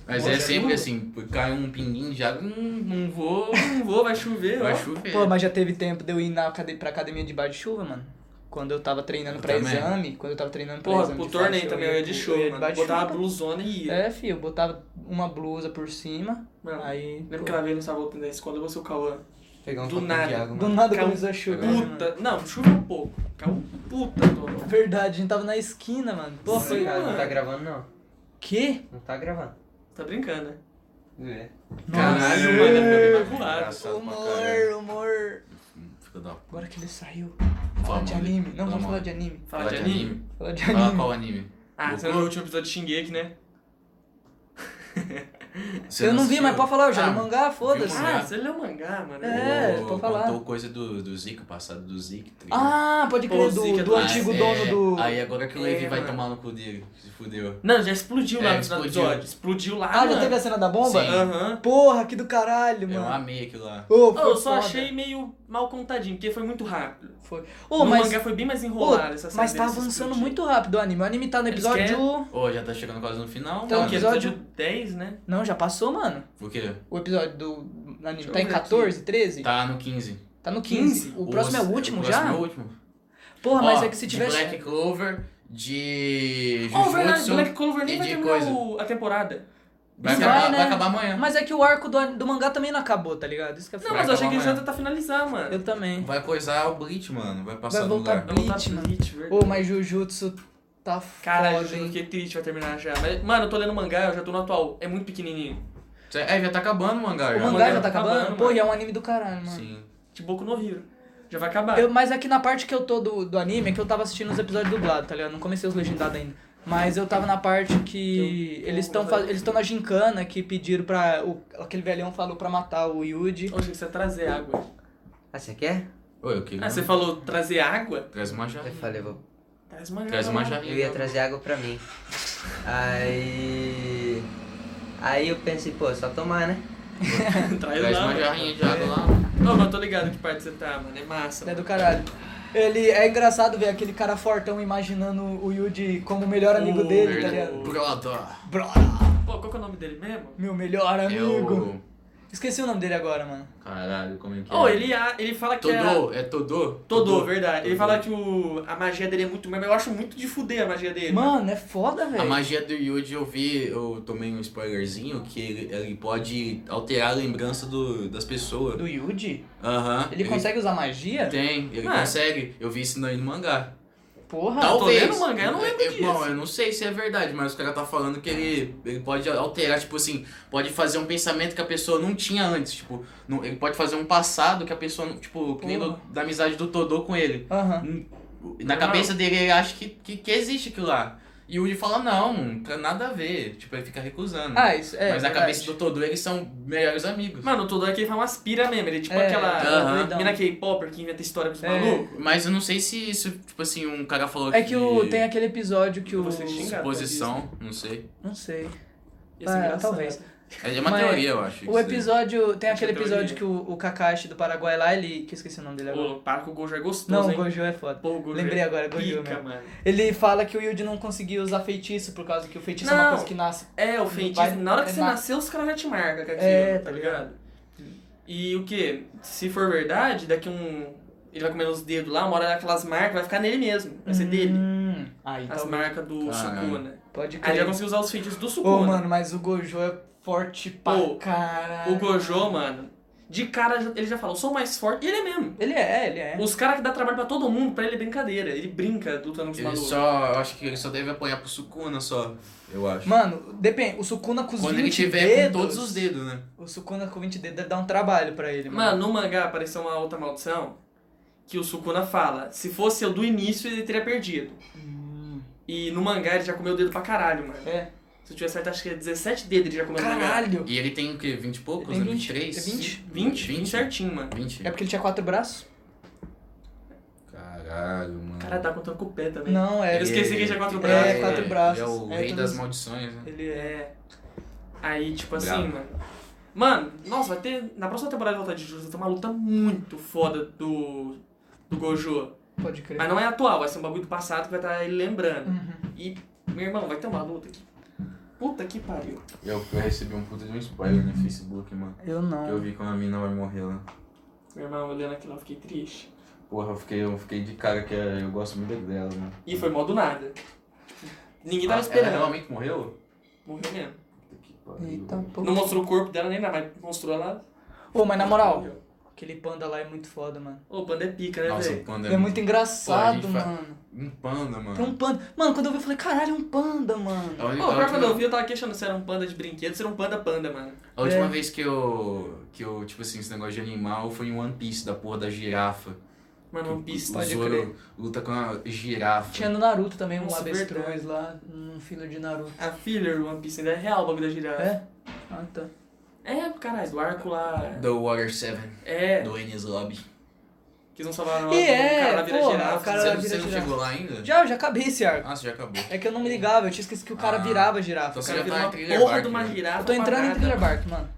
Mas Poxa, é sempre não. assim, cai um pinguinho de água, hum, não vou, não vou, vai chover. vai ó. chover. Pô, mas já teve tempo de eu ir na acade- pra academia de bar de chuva, mano? Quando eu tava treinando Eu pra também. exame, quando eu tava treinando pra Porra, exame. pro de torneio faixa, também eu ia de eu show, ia mano. baixo. Botava a blusona e ia. É, filho, eu botava uma blusa por cima, Mano, aí. lembra pô, que ela veio, não estava voltando da escola, eu vou ser o Cauã. Pegar um Do pouquinho nada. de água, Do mano. nada né, Caiu começou a chover. Puta. Não, choveu um pouco. Caiu puta toda. mano. Verdade, a gente tava na esquina, mano. Pô, Sim. foi. Cara, não tá mano. gravando, não. Que? Não tá gravando. Tá brincando, né? É. Caralho, Nossa. mano, é Engraçado. engraçado pra Humor, caralho. humor. Fica da p- Agora que ele saiu. Fala Falar de mal dele. anime. Não, Fala vamos mal falar de dele. anime. Falar de anime? Falar de Fala anime. qual anime? Ah, Goku? você não viu o último episódio de Shingeki, né? Você Eu não vi, assistiu? mas pode falar, eu já Ah, li mangá, foda-se. viu o mangá? Ah, você leu mangá, mano. É, o- pode falar. Contou coisa do, do Zika, passado do Zika. tá ligado? Ah, pode crer, Pô, Zika do, é do do- antigo Mas, dono é, do. Aí agora que o Levi É, vai mano. tomar no cu dele, se fudeu. Não, já explodiu lá É, no final do explodiu. episódio. Explodiu lá. Ah, já mano. teve a cena da bomba? Sim. Aham. Porra, que do caralho, Eu mano. amei É um aquilo lá. Ô, Oh, foi eu só foda. achei meio mal contadinho, porque foi muito rápido. Foi. Ô, no mas. mangá foi bem mais Ô, enrolado essa cena mas tá deles avançando explodir. muito rápido o anime. O anime tá no Eles episódio. Ô, já tá chegando quase no Então, final, Então, mano. que episódio- episódio 10, né? Não, já passou, mano. Por quê? O episódio do anime eu tá em ver aqui. 14, 13? Tá no 15. Tá no 15. O próximo é o último já? próximo é o último. Porra, mas Ó, é que se de tivesse. Black Clover, de Oh, verdade, Jujutsu... Black Clover nem e vai de terminar coisa. o- a temporada. Vai, Vai, acabar, né? vai acabar amanhã. Mas é que o arco do, do mangá também não acabou, tá ligado? Isso que é Não, foda. Vai mas eu achei acabar que eles amanhã. iam tentar finalizar, mano. Eu também. Vai coisar o Bleach, mano. Vai passar Vai do voltar lugar. Vai voltar Bleach, pro mano. Bleach, verdade. Ô, mas Jujutsu tá Cara, foda, Jujutsu, hein? que triste, vai terminar já. Mas, mano, eu tô lendo mangá, eu já tô no atual. É muito pequenininho. Cê- É, já tá acabando o mangá O já. mangá já mangá tá tá acabando? acabando, Pô, mano. e é um anime do caralho, mano. Sim. De Boku no Hero. Já vai acabar. Eu- mas aqui na parte que eu tô do, do anime é que eu tava assistindo os episódios dublados, tá ligado? Não comecei os legendados ainda. Mas eu tava na parte que Eu- eu eles vou estão fazer. eles estão na gincana que pediram pra. o- aquele velhão falou pra matar o Yuji. Hoje você é trazer água. Ah, você quer? Oi, eu queria. Ah, você falou trazer água? Traz uma jarra. Eu falei, eu vou Traz uma Traz uma jarra. Eu ia trazer água pra mim. Aí. Aí eu pensei, pô, é só tomar, né? [LAUGHS] Traz, Traz lá, uma mano. jarrinha de água lá. Ô, mas eu tô ligado que parte você tá, mano. É massa. É do caralho. Ele é engraçado ver aquele cara fortão imaginando o Yuji como o melhor amigo O dele, tá Verdade. ligado? Brother. Brother, Pô, qual que é o nome dele mesmo? meu É melhor amigo. Eu. Esqueci o nome dele agora, mano. Caralho, como é que é? Ô, oh, ele, a- ele fala que é... Todô, é Todô? Todô, verdade. Todô. Ele fala que o, a magia dele é muito... Mas eu acho muito de fuder a magia dele. Mano, é foda, velho. A magia do Yuji, eu vi, eu tomei um spoilerzinho que ele, ele pode alterar a lembrança do, das pessoas. Do Yuji? Aham. Ele consegue usar magia? Tem, ele Ah. consegue. Eu vi isso aí no mangá. Porra. Tal- Talvez. lendo mangá, eu não lembro eu, disso. Bom, eu não sei se é verdade, mas o cara tá falando que ele, ele pode alterar, tipo assim, pode fazer um pensamento que a pessoa não tinha antes. Tipo, não- ele pode fazer um passado que a pessoa, não- tipo, que nem do- Porra. da amizade do Todô com ele. Aham. Na cabeça dele, ele acha que, que, que existe aquilo lá. E o Yuji fala, não, não tem nada a ver. Tipo, ele fica recusando. Ah, isso é. mas na verdade. cabeça do Todô, eles são melhores amigos. Mano, o Todô é que ele faz umas pira mesmo. Ele é tipo É, aquela... aham. doidão. Mina K-Popper que inventa história pros É. malucos. Mas eu não sei se isso, tipo assim, um cara falou É que o, tem aquele episódio que o. Você xinga? Suposição, não sei. Não sei. Ia ser Ah, é engraçado. talvez. É uma Mas teoria, eu acho. O isso daí. episódio. Tem Acho aquele que é episódio teoria. que o, o Kakashi do Paraguai lá, ele. Que eu esqueci o nome dele agora. Pô, para que o Gojo é gostoso, Não, o hein? Gojo é foda. Pô, o Gojo Lembrei é agora, Gojo pica, mesmo. mano. Ele fala que o Yuji não conseguia usar feitiço por causa que o feitiço é uma Não. coisa que nasce. É, o feitiço. Vai- na hora que é você ma- nasceu, os caras já te marcam com aquilo, É, tá tá ligado? E o que? Se for verdade, daqui um. Ele vai comer os dedos lá, uma hora aquelas marcas, vai ficar nele mesmo. Vai ser dele. Hum, Aí, As talvez. marcas do Caralho. Sukuna. Pode Aí já crer. Ô, conseguiu usar os feitiços do Sukuna. mano, mas o Gojo é forte pra Ô, caralho. o Gojo, mano, de cara já- ele já falou, sou mais forte. E ele é mesmo. Ele é, ele é. Os caras que dá trabalho pra todo mundo, pra ele é brincadeira. Ele brinca lutando com os Ele malucos. só, eu acho que ele só deve apanhar pro Sukuna só, eu acho. Mano, depende. O Sukuna com os Quando 20 ele tiver dedos. com todos os dedos, né? O Sukuna com 20 dedos deve dar um trabalho pra ele, mano. Mano, no mangá apareceu uma outra maldição que o Sukuna fala. Se fosse eu do início, ele teria perdido. Hum. E no mangá ele já comeu o dedo pra caralho, mano. É. Se eu tivesse certo, acho que é 17 dedos ele já comeu no mangá. Caralho! E ele tem o quê? 20 e poucos? Ele tem né? 20, 23? é 20? 20? 20 20? certinho, mano. 20? É porque ele tinha quatro braços? Caralho, mano. O cara tá contando com o pé também. Não, é. Eu esqueci que ele tinha quatro é- braços. É, quatro braços. Ele é o É, rei tudo das isso. maldições, né? Ele é. Aí, tipo assim, Bravo. mano. Mano, nossa, vai ter. Na próxima temporada de Volta de Juros, vai ter uma luta muito foda do. do Gojo. Pode crer. Mas não é atual, vai ser um bagulho do passado que vai estar ele lembrando. Uhum. E, meu irmão, vai ter uma luta aqui. Puta que pariu. Eu, eu recebi um puta de um spoiler no Facebook, mano. Eu Que não. eu vi quando a mina vai morrer lá. Meu irmão, olhando aquilo, eu fiquei triste. Porra, eu fiquei, eu fiquei de cara que é, eu gosto muito dela, mano. E foi mal do nada. Ninguém tava Ah, esperando. Ela realmente morreu? Morreu mesmo. Puta que pariu. Eita Não porra. mostrou o corpo dela nem nada, mas mostrou ela. Ô, mas na moral, aquele panda lá é muito foda, mano. Ô, o panda é pica, né, Nossa, o velho? panda Ele é muito engraçado, Pô, a gente fa- mano. Um panda, mano. Tem um panda. Mano, quando eu vi, eu falei, caralho, um panda, mano. A uni- Ô, a pior que quando última- eu vi, eu tava questionando se era um panda de brinquedo, se era um panda panda, mano. A última É. vez que eu. que eu, tipo assim, esse negócio de animal foi em One Piece, da porra da girafa. Mano, um One Piece. o pode Zoro luta com a girafa. Tinha no Naruto também um Nossa, avestruz verdade. lá, um filho de Naruto. A filler do One Piece ainda é real o bagulho da girafa. É? Ah, tá. É, caralho, do arco lá. The Water 7, É, do Enies Lobby. que eles não salvaram o E é, cara lá vira pô, girafa. o cara você lá não- vira você não girafa. chegou lá ainda? Já, eu já acabei esse arco. Ah, você já acabou. É que eu não me ligava, eu tinha esquecido que o cara Ah. virava girafa. Então você O cara já vira tá uma em Thriller porra Bark, de uma né? girafa. Eu tô entrando em parada. Thriller Bark, mano.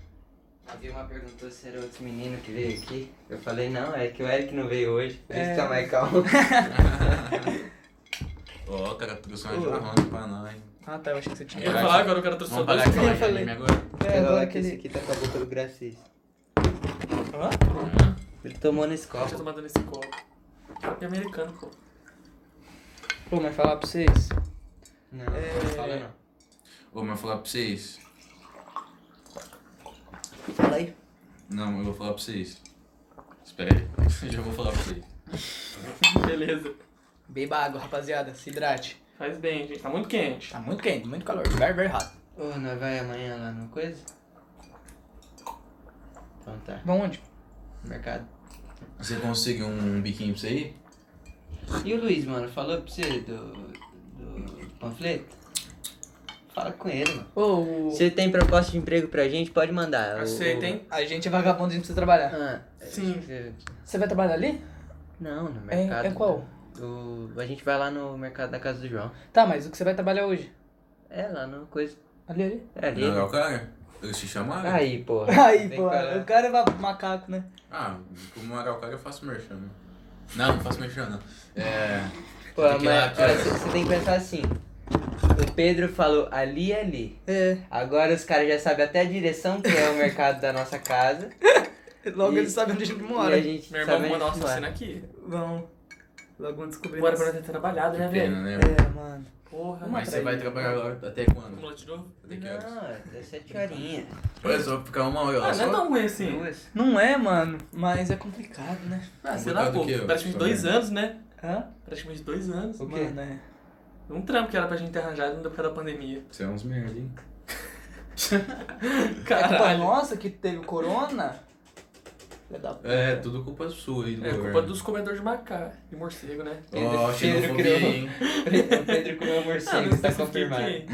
A Vilma perguntou se era outro menino que veio aqui. Eu falei, não, é que o Eric não veio hoje. Por isso [LAUGHS] É. que tá mais calmo. Ó, o cara trouxe uma Ô. jarrona pra nós. Ah, tá, eu achei que você tinha. Eu ia falar agora, o cara trouxe só Vamos dois. pagar aquela Eu falei. anime agora? É, Pega agora lá que esse tá aqui aquele. tá com a boca do gracista. Hã? Hã? Ele tomou nesse Tinha copo. tomado nesse copo. É americano, pô. Pô, mas falar pra vocês. Não, É. não fala não. Ô, mas eu vou falar pra vocês. Fala aí. Não, eu vou falar pra vocês. Espera aí. [LAUGHS] Já vou falar pra vocês. Beleza. Beba água, rapaziada. Se hidrate. Faz bem, gente. Tá muito quente. Tá muito quente, muito calor. Very, very hot. Ô, nós vai amanhã lá no coisa? Então tá. Vamos onde? Mercado. Você conseguiu um biquinho pra você ir? E o Luiz, mano, falou pra você do, do panfleto? Fala com ele, mano. Ô, Se tem proposta de emprego pra gente, pode mandar. Aceita, hein? a gente é vagabundo, a gente precisa trabalhar. Ah, Sim. você- Você vai trabalhar ali? Não, no É, mercado. é qual? O- a gente vai lá no mercado da casa do João. Tá, mas o que você vai trabalhar hoje? É, lá no coisa. Ali, ali. É ali. Não, é o cara? Eles te chamaram? Aí, porra. [LAUGHS] Aí, Vem pô, pra lá. o cara é ma- macaco, né? Ah, como era o cara, eu faço merchan. né? Não, não faço merchan, não. É. Pô, tem que ir lá, mas cara. olha, você você tem que pensar assim. O Pedro falou ali é ali. É, Agora os caras já sabem até a direção que é o mercado da nossa casa. logo E- ele sabe onde a gente E mora. a gente Meu irmão sabe mandou uma onde a gente oficina aqui. Vão. Logo vão descobrir. Bora pra isso. nós ter trabalhado, né, velho? Pena, né? É, mano. Porra. Mas você atrair. vai trabalhar agora até quando? Acumulou de novo? Até que mora. horas? Não, é sete horinhas. Olha só, ficar uma hora lá Ah, não é Tá só. tão ruim assim. [LAUGHS] Duas. Não é, mano, mas é complicado, né? Ah, sei lá, pô. Complicado que eu, Praticamente também. dois anos, né? Hã? Praticamente dois anos. O quê? Mano, é. Um trampo que era pra gente ter arranjado ainda por causa [LAUGHS] da pandemia. Você é uns merda, hein? É culpa Caralho. nossa que teve o corona? Filha da puta. É, tudo culpa sua aí do É culpa governo. dos comedores de macaco e morcego, né? Ó, Pedro- xenofobia, Pedro criou. hein? O Pedro comeu Ah, morcego, tá não sei se eu fiquei [LAUGHS] confirmado. aqui.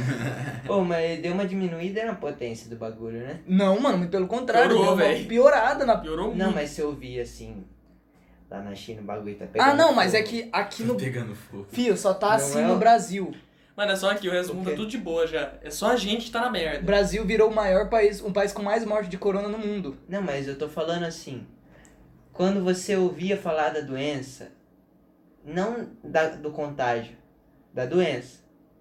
Pô, mas deu uma diminuída na potência do bagulho, né? Não, mano, muito pelo contrário, Piorou, deu uma véi. piorada na Piorou muito. Não, mas se eu vi assim, lá na China o bagulho tá pegando. Ah, não, mas é fogo. que aqui no Tá Pegando fogo. Fio, só tá Não assim é? no Brasil. Mano, é só aqui, o resumo O quê? tá tudo de boa já. É só a gente que tá na O merda. Brasil virou o maior país, um país com mais morte de corona no mundo. Não, mas eu tô falando assim. Quando você ouvia falar da doença, não da, do contágio, da doença.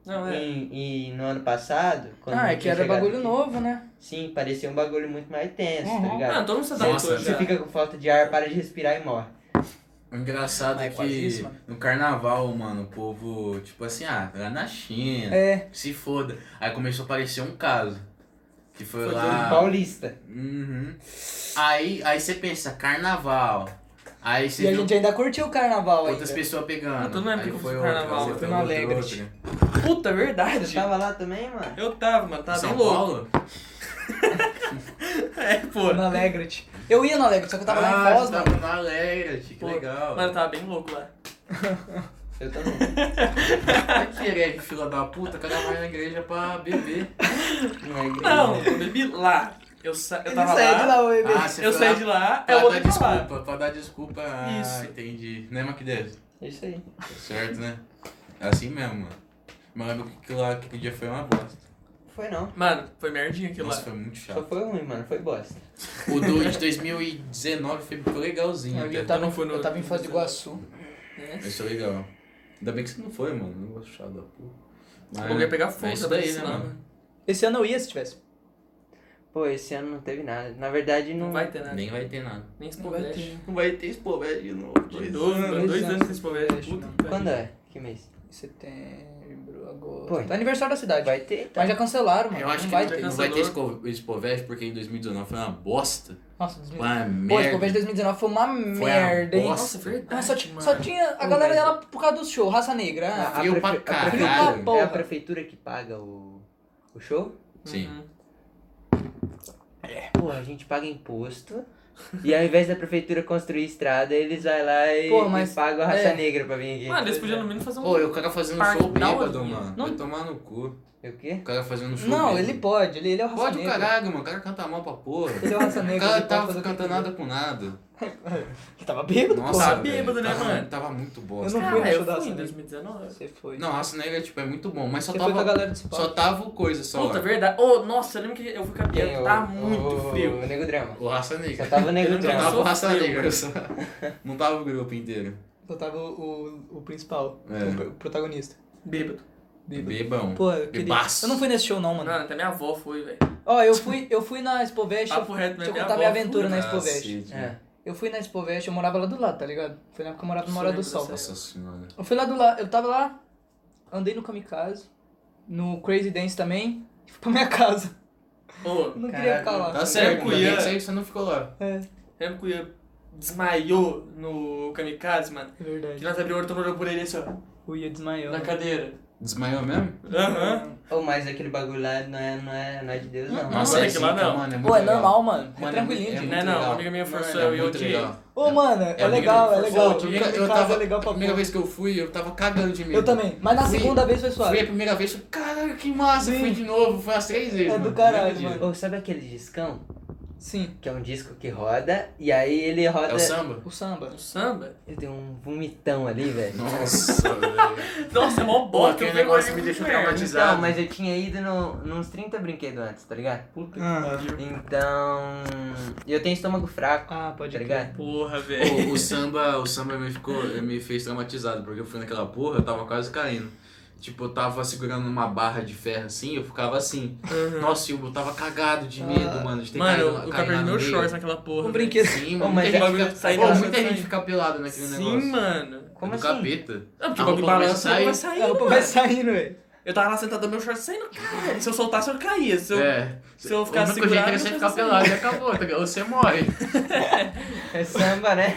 Não, é. E, e no ano passado, quando ah, é eu que tinha era chegado bagulho aqui, novo, né? Sim, parecia um bagulho muito mais tenso, tá Uhum. ligado? Ah, todo mundo se Nossa, adaptou você já. fica com falta de ar, para de respirar e morre. O engraçado Mas é é quase que isso, mano. no carnaval, mano, o povo, tipo assim, ah, lá na China, É. se foda. Aí começou a aparecer um caso. Que foi, Foi lá. Paulista. Uhum. Aí, aí você pensa, carnaval. Aí você e a viu gente ainda curtiu o carnaval outras ainda. pessoas pegando. Eu tô lembrando Aí que foi foi outra, carnaval, outra, eu fui no outra, Alegre. outra. Puta, é verdade. Você tava lá também, mano? Eu tava, mano, tava São bem louco. Paulo? É, pô. Na Alegret. Eu ia na Alegret, só que eu tava lá Ah, em Foz, você mano. Tava no Alegre, tio, que Pô, legal. Mano, eu tava bem louco lá. Eu também. Vai querer, fila da puta, cada vai na igreja pra beber. Na igreja. Não, eu bebi lá. Eu, sa... eu Ele tava saiu lá. de lá, ô, bebê. Ah, você Eu foi saí lá de É lá, é Pra eu dar voltei pra lá. desculpa, pra dar desculpa. Ah, Isso. entendi. Né, Maquidez? É isso aí. Tá Certo, né? É assim mesmo, mano. Mas eu lembro que aquilo lá, aquele dia foi uma bosta. Foi não. Mano, foi merdinha aquilo Nossa, lá. foi muito Só chato. foi ruim, mano. Foi bosta. O do, de 2019 foi foi legalzinho. Eu, até. ia- tava, não em- fui no- eu tava em Foz do Iguaçu. É. Isso é legal. Ainda bem que você não foi, mano. Não gosto chato da porra. O bagulho ia pegar é fogo isso também, daí, né, né, mano? Esse ano eu ia se tivesse. Pô, esse ano não teve nada. Na verdade, não. Não vai ter nada. Nem vai ter nada. Nem Não vai ter. Spoblash. Não vai ter Spobed de novo. De novo, mano. dois Dois anos anos sem Spoblash. Spoblash, Puta não. que pariu. Quando é? Que mês? Setembro, agosto. Pô, Tá aniversário da cidade. Vai ter. tá? Mas já cancelaram, mano. né? Eu acho não que vai vai já ter. não vai ter Spo- Spobed porque em 2019 foi uma bosta. Nossa, 2019. Uma Pô, a Covid merda. 2019 foi uma Foi a merda, hein? bosta. Nossa, é verdade. Ah, só, ti- mano. só tinha a galera dela por causa do show, raça negra. ah, A- a Frio pra prefe- a prefeitura- caralho. Frio pra É a porra. prefeitura que paga o, o show? Sim. Hum. Uhum. Pô, a gente paga imposto. E ao invés da prefeitura construir estrada, eles vai lá e, Pô, mas- e pagam a raça é. negra pra vir aqui. Mano, eles podiam no mínimo fazer um. Pô, e o cara fazendo Parque show da bêbado, Olinha. mano. né? Não- Vai tomar no cu. O quê? O cara fazendo show Não, bêbado. ele pode, ele, ele é o raça Pode o negra. caralho, mano. O cara canta mal pra porra. Ele é o raça [LAUGHS] O negra. cara ele pode fazer tava o que cantando quiser. nada com nada. Ele tava bêbado, Nossa, porra. Tá bêbado, velho, né, tava- mano? Tava muito Eu bosta. não Cara, fui no eu show da fui em raça negra. 2019. Você foi. Não, Raça Negra, tipo, é muito bom, mas só Você foi com a tava. galera de São Só Paulo. tava o coisa, só. Puta, verdade. Ô, nossa, eu lembro que eu fui com a Bia. Quem? O- Tá muito o- frio. O Nego Drama. O Raça Só Negra. tava o Nego Eu não Só Drama. tava o Raça sofreu, Negra. mano. Só... Não tava o grupo inteiro. Só tava o, o, o principal, É. o pr- o protagonista. Bêbado. Bêbado. Bebão. Pô, eu queria... Bebaço. Ah. Eu não fui nesse show não, mano. Mano, até minha avó foi, velho. Ó, eu fui, eu fui na Expovest, Papo reto, deixa eu minha contar é avó minha aventura foi, na Ah, né? Expovest. Cacete. É. Eu fui na Expo Vest, eu morava lá do lado, tá ligado? Foi na época que eu morava no Só Morada do lembro Sol. dessa Nossa senhora. Tá Eu fui lá do lado, eu tava lá, andei no Kamikaze, no Crazy Dance também, e fui pra minha [LAUGHS] casa. Ô, Não queria ficar lá. Tá Sério, certo, ainda bem É Ian. que você- você não ficou lá. É, Lembra que o Ian desmaiou no kamikaze, mano? Que verdade. nós abriu o olho e tomou por ele assim, ó, O Ia desmaiou. na cadeira. Desmaiou mesmo? Aham. Ou mas aquele bagulho lá não é, não é, não é de Deus, não. Nossa, é que lá zica, não. Mano, é muito Pô, é legal. normal, mano. É Mano, tranquilinho, muito- gente. Não é muito não, legal. amiga minha forçou Mano, eu e eu muito odiei. legal. Ô, mano, é, é legal, é muito legal. Pô, Kamikaze eu tava, é legal pra a primeira porra. vez que eu fui, eu tava cagando de medo. Eu também. Mas na Fui. segunda vez foi Fui a suave. primeira vez, eu, caralho, que massa, Sim. fui de novo, fui umas três vezes. É mano, do caralho, primeiro dia. mano. Ou sabe aquele discão? Sim, Que é um disco que roda e aí ele roda. É o samba? o samba. O samba? Eu dei um vomitão ali, velho. Nossa, [LAUGHS] velho. Nossa, é mó Pô, bota. aquele eu negócio peguei me deixou merda. traumatizado. Então, mas eu tinha ido no, nos 30 brinquedos antes, tá ligado? Ah, Então. Eu tenho estômago fraco, ah tá pode crer. ligado? Porra, velho. O, o samba, o samba me, ficou, me fez traumatizado, porque eu fui naquela porra, eu tava quase caindo. Tipo, eu tava segurando uma barra de ferro assim, eu ficava assim. Nossa, eu tava cagado de medo, Hum. Ah. mano, de ter Mano, caído, eu caído perdi lá no meu meio. shorts naquela porra. Um velho. brinquedo. [LAUGHS] Sim, Ô, mano. mas muita já- gente fica- sai Pô, da- muita sai. gente fica pelada naquele negócio. Sim, mano. Como é do assim? capeta. Não, porque A o bagulho roupa começa a balança, sair. vai A saindo, roupa vai mano. saindo, velho. Eu tava lá sentado, meu short saindo, cara. Se eu soltasse, eu caía. Se eu... É. se eu ficar o único jeito segurado, é eu você faço ficar assim. pelado e acabou, tá ligado? Ou você morre. É samba, né?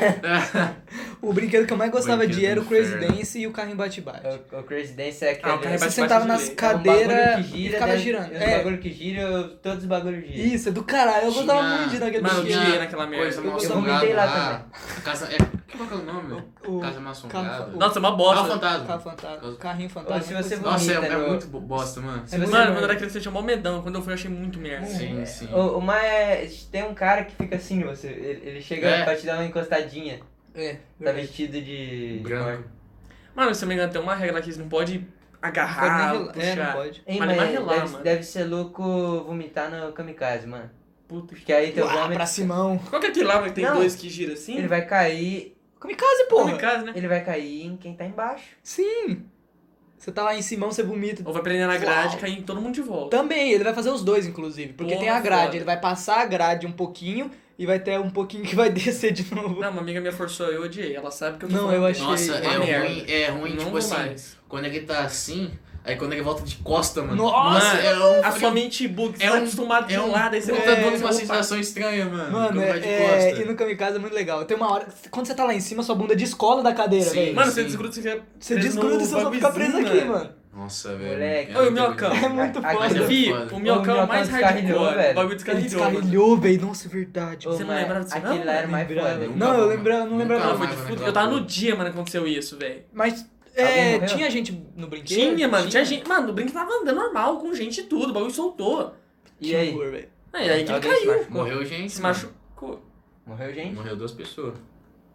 O brinquedo que eu mais gostava de Brinquedo era o do Crazy inferno. Dance e o carrinho bate-bate. O, o Crazy Dance é aquele. Ah, o cara Aí você bate-bate sentava de nas lei. É um bagulho cadeiras que e gira, ficava deve- girando. É um É, bagulho que gira, eu- todos os bagulhos giram. isso, é do caralho. Eu gostava muito de ir naquele Mano, brinquedo. eu odiei naquela merda. Coisa Eu mal vomitei assombrada lá Casa... É... Qual que é o nome? O- Casa mal assombrada. Carro- Nossa, é uma Ah, o bosta. Carro fantasma. fantasma, carrinho Ou se fantasma. você coisa- Nossa, é, Bonita, é meu. muito bo- bosta, mano. É muito Mano, merda. quando eu era criança, eu tinha mó medão. Quando eu fui, eu achei muito merda. Sim, sim. O, o Mar é. Tem um cara que fica assim, você. Ele, ele chega É. pra te dar uma encostadinha. É, Tá verdade. vestido de. Branco. Mano, se eu não me engano, tem uma regra lá que eles não podem agarrar, Pode nem puxar. relar- É, não pode. Hein, Mas mas vai relar, deve, mano. deve ser louco vomitar no kamikaze, mano. Puta que- Porque aí teu Uá, vômito. pra Simão. Qual que é aquele lá mano, que tem Não. dois que gira assim? Ele vai cair. Kamikaze, Porra. porra. casa, né? Ele vai cair em quem tá embaixo. Sim. Você tá lá em Simão, você vomita. Ou vai prender na grade e cair todo mundo de volta. Também, ele vai fazer os dois, inclusive. Porque Porra, tem a grade, foda. ele vai passar a grade um pouquinho e vai ter um pouquinho que vai [LAUGHS] descer de novo. Não, uma amiga minha forçou, eu odiei. Ela sabe que eu Não, falando eu que- achei Nossa, uma é merda. ruim, é ruim, não tipo vou assim, mais. quando ele tá assim, aí quando ele volta de costa, mano. Nossa, Nossa, é um. A sua mente buga, você é tá um- acostumado de é um um- lado, aí você Puta, volta dando do uma outro. Opa. sensação estranha, mano. Mano, quando vai de é, costa. e no kamikaze é muito legal. Tem uma hora. Quando você tá lá em cima, sua bunda descola da cadeira, Sim. velho. Mano, você Sim. desgruda, você fica. Você preso desgruda no e você só fica preso bagulhozinho, aqui, mano. Nossa, velho. Moleque. muito Ô, minhocão. legal. É muito Aqui- foda. Mas eu- Fih, foda. o minhocão é o O mais minhocão descarrilhou, hardcore. O velho. bagulho Ele descarrilhou. descarrilhou, velho. Nossa, é verdade. Ô, Tipo, Você não mas lembrava disso, não? Aquele lá era mais Lembrava. foda. Nunca né? Não, eu mais. lembrava, não Nunca lembrava. Mano, foi de Vai, vai, fuder. vai, Eu tava vai. no dia, mano, que aconteceu isso, velho. Mas é, morreu? tinha gente no brinquedo? Tinha, mano, tinha gente. Mano, o brinco tava andando normal, com gente e tudo, o bagulho soltou. E aí? Horror, velho. Aí, aí que ele Alguém se caiu. machucou? Morreu gente. Se mano. machucou. Morreu, gente? Morreu duas pessoas. [LAUGHS]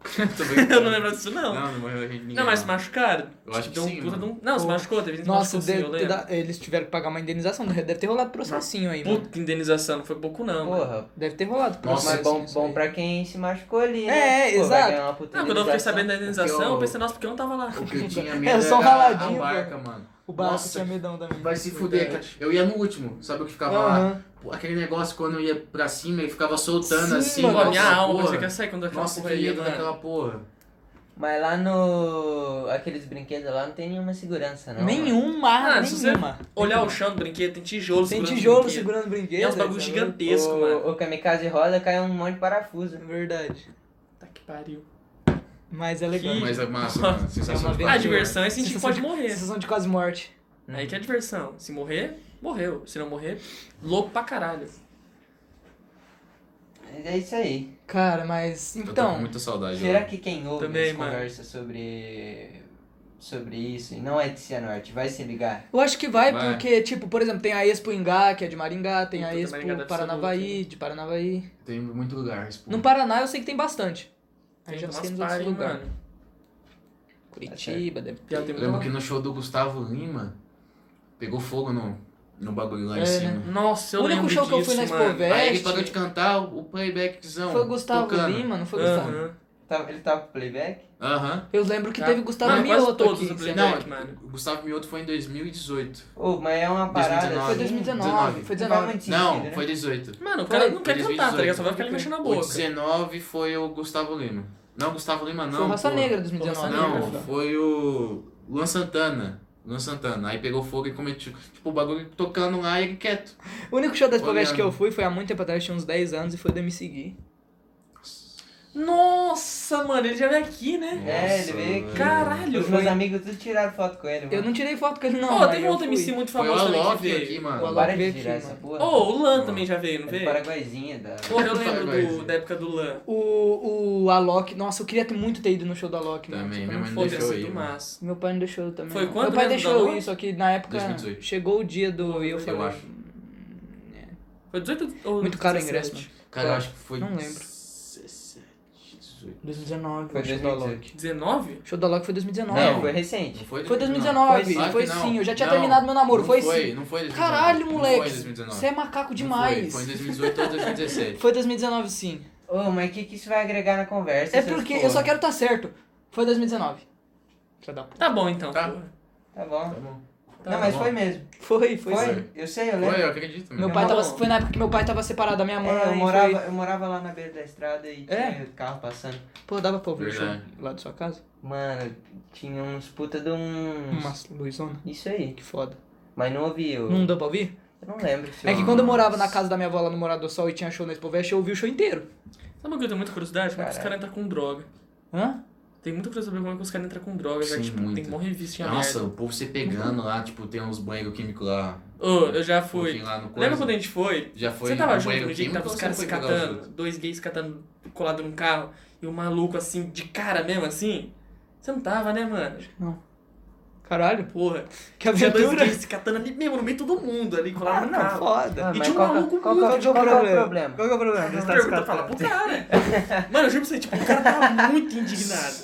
Eu não lembro disso, não. Não, não morreu gente ninguém. Não, mas se machucaram. Eu acho que Deu um sim, puta mano. de um- Não, se Pô. machucou, teve gente que Nossa, machucou, sim, eu deve ter lembro. da- eles tiveram que pagar uma indenização. Deve ter rolado processinho aí, mano. Puta que indenização, não foi pouco não. mano. Porra. Deve ter rolado Nossa, mas processinho. bom, isso bom aí. pra quem se machucou ali, É, né? é, Pô, vai exato. ganhar uma puta Não, quando eu fiquei indenização. sabendo da indenização, eu pensei, nossa, porque eu não tava lá. O que eu tinha medo Era só um era a- raladinho, a barca, pô. mano. O barco Nossa, tinha medão também. Vai se É. fuder, cara. Eu ia no último, sabe o que ficava lá? Aham. Pô, Aquele negócio quando eu ia pra cima e ficava soltando Sim, assim. mano. Pô, a nossa, minha alma, porra. você quer sair quando aquela Nossa, porra que aí, medo mano. daquela porra. Mas lá no. Aqueles brinquedos lá não tem nenhuma segurança, não. Nenhuma, Ah, se você nenhuma. olhar o chão do brinquedo, tem tijolo Tem segurando o tijolo brinquedo. segurando o brinquedo. É uns bagulho sabe? gigantesco, mano. O, o kamikaze roda cai um monte de parafuso. É Verdade. Tá que pariu. Mas é legal. Que- Mas é massa, Nossa, mano. é Sensação uma de A Pode diversão é sentir que Sensação pode de- morrer. Sensação de quase morte. Aí que é diversão. Se morrer, morreu. Se não morrer, louco pra caralho. Mas É isso aí. Cara, mas. Eu tô com Então. muita saudade. Será ó. que quem ouve Também, essa mano. conversa sobre. sobre isso e não é de Cianorte, vai se ligar? Eu acho que vai, Vai. porque, tipo, por exemplo, tem a Expo Ingá, que é de Maringá, tem a Puta, Expo Maringá deve ser louco, Paranavaí, de Paranavaí. Tem muito lugar. esse No povo. Paraná eu sei que tem bastante. Aí Tem já umas sei nos partes, outros lugares. mano. Tá Curitiba, deve ter. Piada tem Eu lembro muito que no show do Gustavo Lima, pegou fogo no, no bagulho lá em cima. Nossa, eu O único lembro show que eu fui disso, na mano. Expo Vest Aí ele parou de cantar o o playbackzão. Foi o Gustavo Então, tocando. Lima, não foi o Gustavo? Aham. Tá Tá- Ele tava pro playback? Aham. Eu lembro que Tá. teve Gustavo Mano, quase Mioto todos aqui. eu sei lembro. lá. Não, Black, mano. o Gustavo Mioto foi em 2018. Ô, mas é uma parada. 2019. Foi 2019, foi 19. Sim, Não, né? foi 18. Mano, o cara não quer cantar, tá 2018. ligado? Só vai ficar ali mexendo a O boca. 19 foi o Gustavo Lima. Não, Gustavo Lima não. Foi Raça pô. Negra 2019. Raça Negra, Não, filho. foi o Luan Santana. Luan Santana. Aí pegou fogo e cometiu. Tipo, o bagulho tocando lá e ele quieto. O único show da Spavest Olhando. que eu fui foi há muito tempo atrás, tinha uns 10 anos, e foi o me seguir. Nossa, mano, ele já veio aqui, né? É, ele veio aqui. Caralho, Os meus foi- amigos tudo tiraram foto com ele, mano. Eu não tirei foto com ele, não. Ó, mas teve eu outro fui. MC muito Foi o famoso também que Alove veio. aqui, O mano. Alove. Para de veio tirar aqui, essa mano. porra. Ô, o Lan também já veio, não É de veio? Paraguaizinha da... Porra, eu lembro Paraguaizinho. do- da época do Lan. O, o Alok, nossa, eu queria ter muito ter ido no show do Alok, mano. Também, né, minha Não mãe não foi ter deixou eu sido ir. um mano. massa. Meu pai não deixou eu também. Foi não. quando Meu pai mesmo, deixou da eu Lua? ir, só que na época 2018. chegou o dia do e eu falei. "É, acho. Foi 18 ou Muito caro o 17? ingresso, mano. Cara, eu acho que foi. Não lembro. 17, 18. 2019. Foi o show do 2018. Alok. 19? O show do Alok foi 2019. Não, Não. É, foi Não recente. foi Foi 2019, 2019, Claro foi que não. sim, eu já tinha Não, terminado meu namoro, não foi sim. Não foi 2019. Caralho, Não moleque, foi 2019. você é macaco Não demais. Foi, foi em 2018 ou 2017. Foi 2019 sim. Ô, mas o que, que isso vai agregar na conversa? É essas porque porra? eu só quero estar certo. Foi 2019. Filha da puta. Tá bom então. Tá. porra. Tá bom. Tá bom. não, mas bom. foi mesmo. Foi, foi, Foi? sim. Foi. Eu sei, eu lembro. Foi, né? eu acredito. Meu mesmo. pai Não. tava, foi na época que meu pai tava separado da minha mãe. É, eu, foi- morava, eu morava lá na beira da estrada e É? tinha carro passando. Pô, dava pra ouvir o show Verdade. lá da sua casa? Mano, tinha uns puta de uns... Uma Luizona. Isso aí. Que foda. Mas não ouvi, eu, Não deu pra ouvir? eu não lembro. se É eu- que quando eu morava na casa da minha avó lá no Morador Sol e tinha show na Expovest, eu ouvi o show inteiro. Sabe o que eu tenho muita curiosidade? Como é que os Caralho. caras entram com droga? Hã? Tem muita coisa a saber como é que os caras entram com droga, já Sim, que, tipo, muito. tem mó revistinha Nossa, merda. o povo se pegando lá, tipo, tem uns banheiros químicos lá. Ô, eu já Um fui. pouquinho lá no Lembra coisa. quando a gente foi? Já foi Você tava no junto banheiro no dia que químico tava ou os você caras foi se pegar os catando, outros? dois gays catando colado num carro, e o maluco assim, de cara mesmo, assim? Você não tava, né, mano? Caralho. [LAUGHS] Porra. Que Tinha dois aventura. gays se catando ali mesmo, no meio de todo mundo ali, colado Ah, no não, carro. foda. Ah, E mas tinha um qual que- maluco qual que é o- muito qual que é o problema? problema? Qual que é o problema? Você tá Pergunta descartando. pra lá pro cara. [LAUGHS] Mano, eu juro pra você, tipo, o cara tava muito indignado.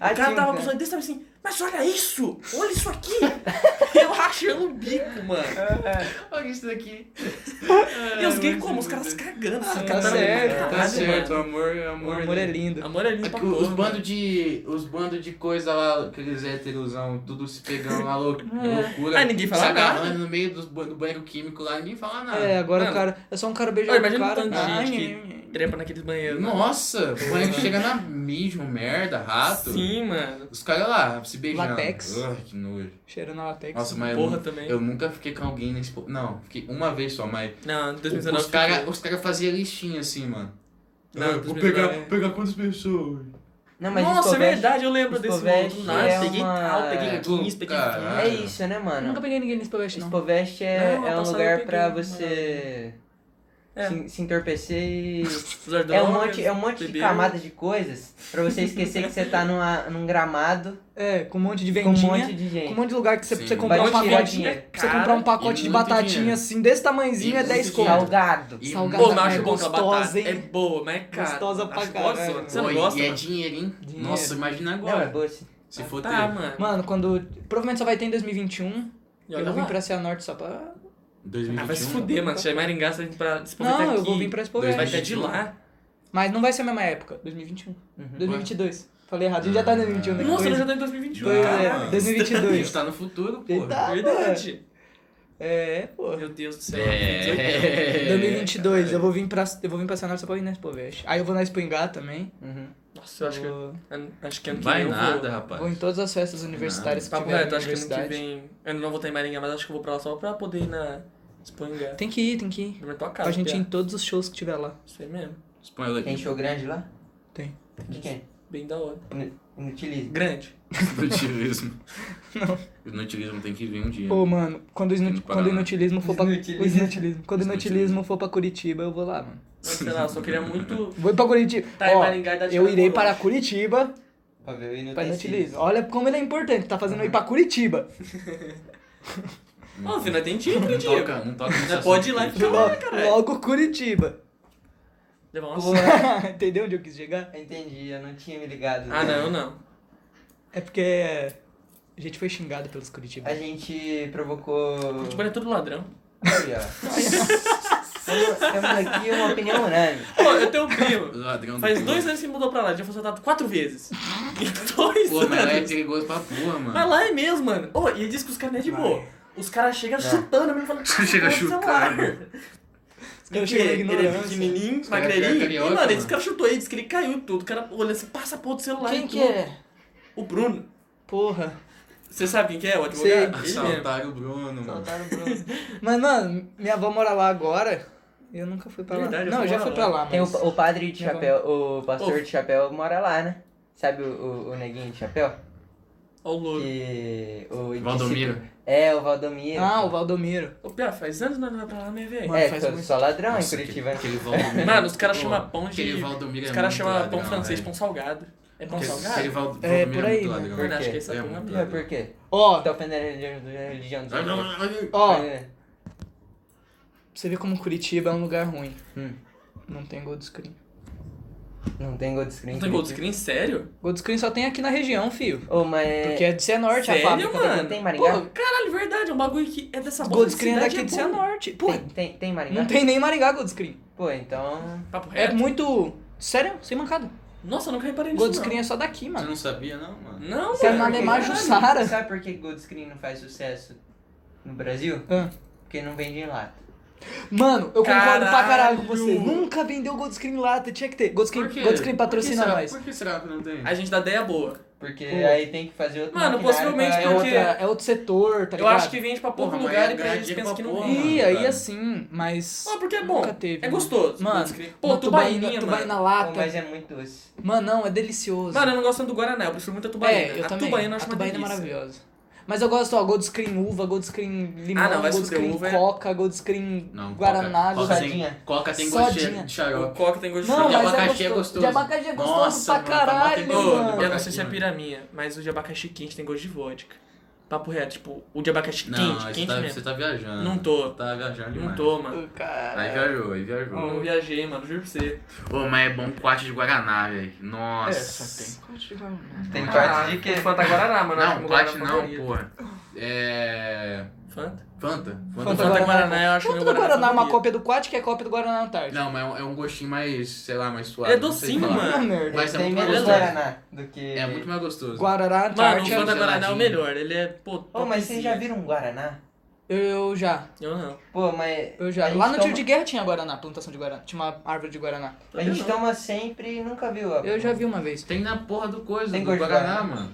Ah, o cara tinha um tava com cara. os olhos desse tava assim, mas olha isso! Olha isso aqui! [LAUGHS] eu rachando o bico, mano. É, Olha isso daqui. [LAUGHS] E os é, gays como? Os caras cagando, assim, tá cantando certo, pra Tá caralho, certo, mano. amor, O amor. amor é lindo. Amor é lindo pra Os porra, bandos de. Os bandos de coisa lá, aqueles héterosão, tudo se pegando lá, [LAUGHS] lou- loucura. Ah, ninguém fala se agarrando nada. no meio dos ban- do banheiro químico lá, ninguém fala nada. [LAUGHS] É, agora Mano. o cara. É só um cara beijando Olha, o imagina o cara. tanto Ai, de gente ai, que trepa naqueles banheiros. né? Nossa, o banheiro [LAUGHS] chega na mesmo, merda, rato. Sim, mano. Os caras lá, se beijando. Latex. Ai, que nojo. ai. Cheirando a latex. Nossa, mas é eu Porra nu- também. eu nunca fiquei com alguém nesse. po- Não, fiquei uma vez só, mas. Não, em Os 2019. caras os cara faziam listinha assim, mano. Não, Ah, eu vou 2019 pegar, é- pegar quantas pessoas? Não, mas Nossa, é Escovete- verdade, eu lembro desse Espoveste mundo. Nada, é peguei uma- tal, peguei É, 15, peguei 20. cara. É isso, né, Eu nunca mano? peguei ninguém nesse Spavest, não. Expovest é, Não, é a um passada eu lugar peguei, pra mano. você É. se, se entorpecer e... Os drogas, É um monte, é um monte de beber. camadas de coisas pra você esquecer que você tá numa, num gramado É, com um monte de com um vendinha. monte de Com gente. um monte de lugar que você, Sim. você comprar Vai um tirar pacote. dinheiro. Pra Você comprar um e pacote de muito batatinha dinheiro. assim, desse tamanhozinho, E é muito 10 dinheiro. conto. Salgado. E Salgado. Pô, muito- mas eu acho bom aquela Gostosa, batata. hein? É boa, mas é cara. Gostosa pra Acho caralho. é gostosa. Você Pô, não e- gosta? E é mano? dinheiro, hein? Dinheiro. Nossa, imagina Não, é agora. doce. se for tá, ter. mano. Mano, quando. Provavelmente só vai ter em 2021. E eu olha vou vir lá. pra Cianorte só pra. 2021. Ah, vai se fuder, mano. Se é Maringá, você vai vir pra se Não, aproveitar eu vou aqui. vir pra Expo Dois Vai West. até de lá. Mas não vai ser a mesma época. 2021. 2022. Falei errado, a gente já tá em 2021, né? Que Uhum. Nossa, eu coisa. já tô em 2021. Dois- cara. é, [LAUGHS] A 2022. gente tá no futuro, pô. Eita. Verdade. É, pô. Meu Deus do céu. É. 2022, eu vou vir pra. Eu vou vir pra Cianorte só pra ir na Expo West. Aí eu vou na Expo Ingá também. Uhum. Nossa, eu acho que. Vou- Acho que ano um, que vem. Vai eu vou- então- nada, rapaz. Vou em todas as festas universitárias que Papo tiver reto, na acho que ano que universidade. vem. Eu não vou estar em Maringá, mas acho que eu vou pra lá só pra poder ir na Expoingá. Tem que ir, tem que ir. Na tua casa. Pra gente ir em piá. todos os shows que tiver lá. Isso aí mesmo. Spoiler Tem [LAUGHS] aqui. show grande lá? Tem. De quem? Bem da hora. Inu- Inutiliza. Grande. [LAUGHS] Inutilismo. Não. Inutilismo tem que vir um dia. Pô, mano, quando o, Tem inu... que parar, quando o né? inutilismo for pra. O Inutilismo. inutilismo. Quando o inutilismo Inutilismo. for pra Curitiba, eu vou lá, mano. Mas sei lá, eu só queria [LAUGHS] muito. Vou ir pra Curitiba. Tá, em Ó, Maringá e dá de eu irei Caracolô. para Curitiba Pra ver o pra inutilismo. inutilismo. Olha como ele é importante, tá fazendo eu ir pra Curitiba. Ô, Fina, tem dia, Não tem dia. toca, não toca. nesse Ainda pode ir assunto. lá e ficar Lo- lá, caralho. Logo Curitiba. Levar uma Pô, [LAUGHS] Entendeu onde eu quis chegar? entendi, eu não tinha me ligado. Ah, não, eu não. É porque a gente foi xingado pelos A Curitiba. gente provocou. Tipo, ele é todo ladrão. Aí, ó. Temos aqui uma opinião unânime. Pô, eu tenho um primo. Ladrão do Faz piloto. dois anos que ele mudou pra lá, ele já foi soltado [LAUGHS] quatro vezes. Em dois Pô, mas lá é anos. perigoso pra porra, mano. Mas né? lá é mesmo, mano. Ô, e ele disse que os caras não é de boa. Os caras É. chegam chutando, ele fala. [LAUGHS] Chega chutando. Eu chega na cheguei, ele é ignorância. pequenininho, Os caras magrelinho. pegam E, carioca, mano, ele disse mano. que o cara chutou ele, disse que ele caiu e tudo. O cara olha assim, passa pro outro celular. Quem e que tudo. é? O Bruno. Porra. Você sabe quem que é? O Sei. advogado? Ele mesmo. Assaltaram o Bruno, Tá. mano. Mas, mano, minha avó mora lá agora. Eu nunca fui pra lá. Verdade, eu Não, fui eu já morar fui lá. pra lá, mas... Tem o, o padre de Tá bom. chapéu, o pastor Ô. de chapéu mora lá, né? Sabe o, o, o neguinho de chapéu? Ó, o louco. Que. O Valdomiro. É, o Valdomiro. Ah, o Valdomiro. Ô, Pia, faz anos que nós não vai pra lá, né, velho? É, Mano, faz só- muito- só ladrão Nossa, em Curitiba. né? aquele Valdomiro. Mano, os caras Pô, chamam pão de. Aquele Valdomiro Os é caras muito chamam ladrão, pão francês, velho. pão salgado. É pão Aquele- Aquele salgado? Val- É, Valdomiro por é aí, muito né? ladrão. Verdade, acho que É essa é a muito minha Mas ladrão. por quê? Ó, Tá ofendendo a religião- a religião dos outros. ó, É. você vê como Curitiba é um lugar ruim. Hum. Não tem Gold Screen. Não tem gold screen. Não tem gold screen? Sério? Gold Screen só tem aqui na região, fio. Ô, mas é- Porque é de Cianorte a Sério, fábrica. mano? tem Maringá? Pô, caralho, verdade, é um bagulho que é dessa bosta. Gold de Screen é cidade, daqui de bom. Cianorte. Pô, Tem, tem, tem Maringá? não tem nem Maringá Gold Screen. Pô, então... Papo É reto? muito... Sério, sem mancada. Nossa, eu nunca reparei nisso. Gold não. Screen é só daqui, Você mano. não sabia, não, mano? Não, Você é mano. nada é mais caralho. justa. Sara? Sabe por que Gold Screen não faz sucesso no Brasil? Ah. Porque não vende em lata. Mano, eu concordo pra caralho com você. Caralho. Nunca vendeu Gold Screen lata, tinha que ter. Gold Screen, Por quê? Gold Screen Por patrocina que será- nós. Por que será que não tem? A gente dá ideia boa. Porque Pô. aí tem que fazer outro Mano, maquinário possivelmente pra- É, outra, é outro setor, tá eu ligado? acho que vende pra pouco Porra, mas lugar é e pra eles grande pensam que não pra vende. porra. Ih, Mano, aí cara. assim, mas. Ah, porque é bom. Nunca teve. é mano. gostoso. Mano, Gold Screen. uma Pô, tubaína, tubaína, tubaína mano. Pô, lata. mas é muito doce. Mano, não, é delicioso. Mano, eu não gosto tanto do Guaraná, eu prefiro muito a tubaína. é, eu a também. tubaína eu acho a uma tubaína é delícia. maravilhosa. Mas eu gosto, ó, Gold Screen uva, Gold Screen limão, Ah, não, vai se Gold fuder, Screen uva é- coca, Gold Screen Não, guaraná, Coca, Gold Coca, Screen... tem, Coca tem Sodinha. gostinho de O xarope. coca tem gosto de Não, de fruta. mas abacaxi é é gostoso. De gostoso. abacaxi é gostoso Nossa, pra mano, de abacaxi caralho, é Ô, gostoso. mano. eu não sei se é mano. piraminha, mas o de abacaxi quente tem gosto de vodka. Papo reto, tipo, o de abacaxi Não, quente, você quente tá- mesmo. você tá viajando. Não tô. Tá viajando demais. Não tô, mano. Aí é viajou, aí viajou. Não viajei, mano, juro pra você. Ô, mas é bom quarto de Guaraná, velho. É, Nossa. Tem Ah, parte Um de quê? tem Fanta Guaraná, mano. acho que Não, meu Guaraná Plat não, favorito. porra. É. Fanta? Fanta? Fanta, Fanta Guaraná, né? Guaraná. eu acho Ponto meu do Guaraná é uma favorito. cópia do Quat, que é cópia do Guaraná Antártico. Não, mas é um, é um gostinho mais, sei lá, mais suave. Ele é não sei docinho, falar. mano. merda. Mas é tem muito mais menos gostoso. Guaraná do que... É muito mais gostoso. Guaraná Mano, o Antártica. Fanta Guaraná é o geladinho. melhor, ele é, pô, Ô, mas vocês topzinho. já viram um Guaraná? Eu, eu já, Eu não. Pô, mas... eu já. a gente Lá no tiro toma- de guerra tinha Guaraná, plantação de Guaraná. Tinha uma árvore de Guaraná. A Eu gente tá- não. toma sempre e nunca viu. ó. Eu já vi uma vez. Tem na porra do coisa, Tem do gosto de Guaraná, Guaraná. mano.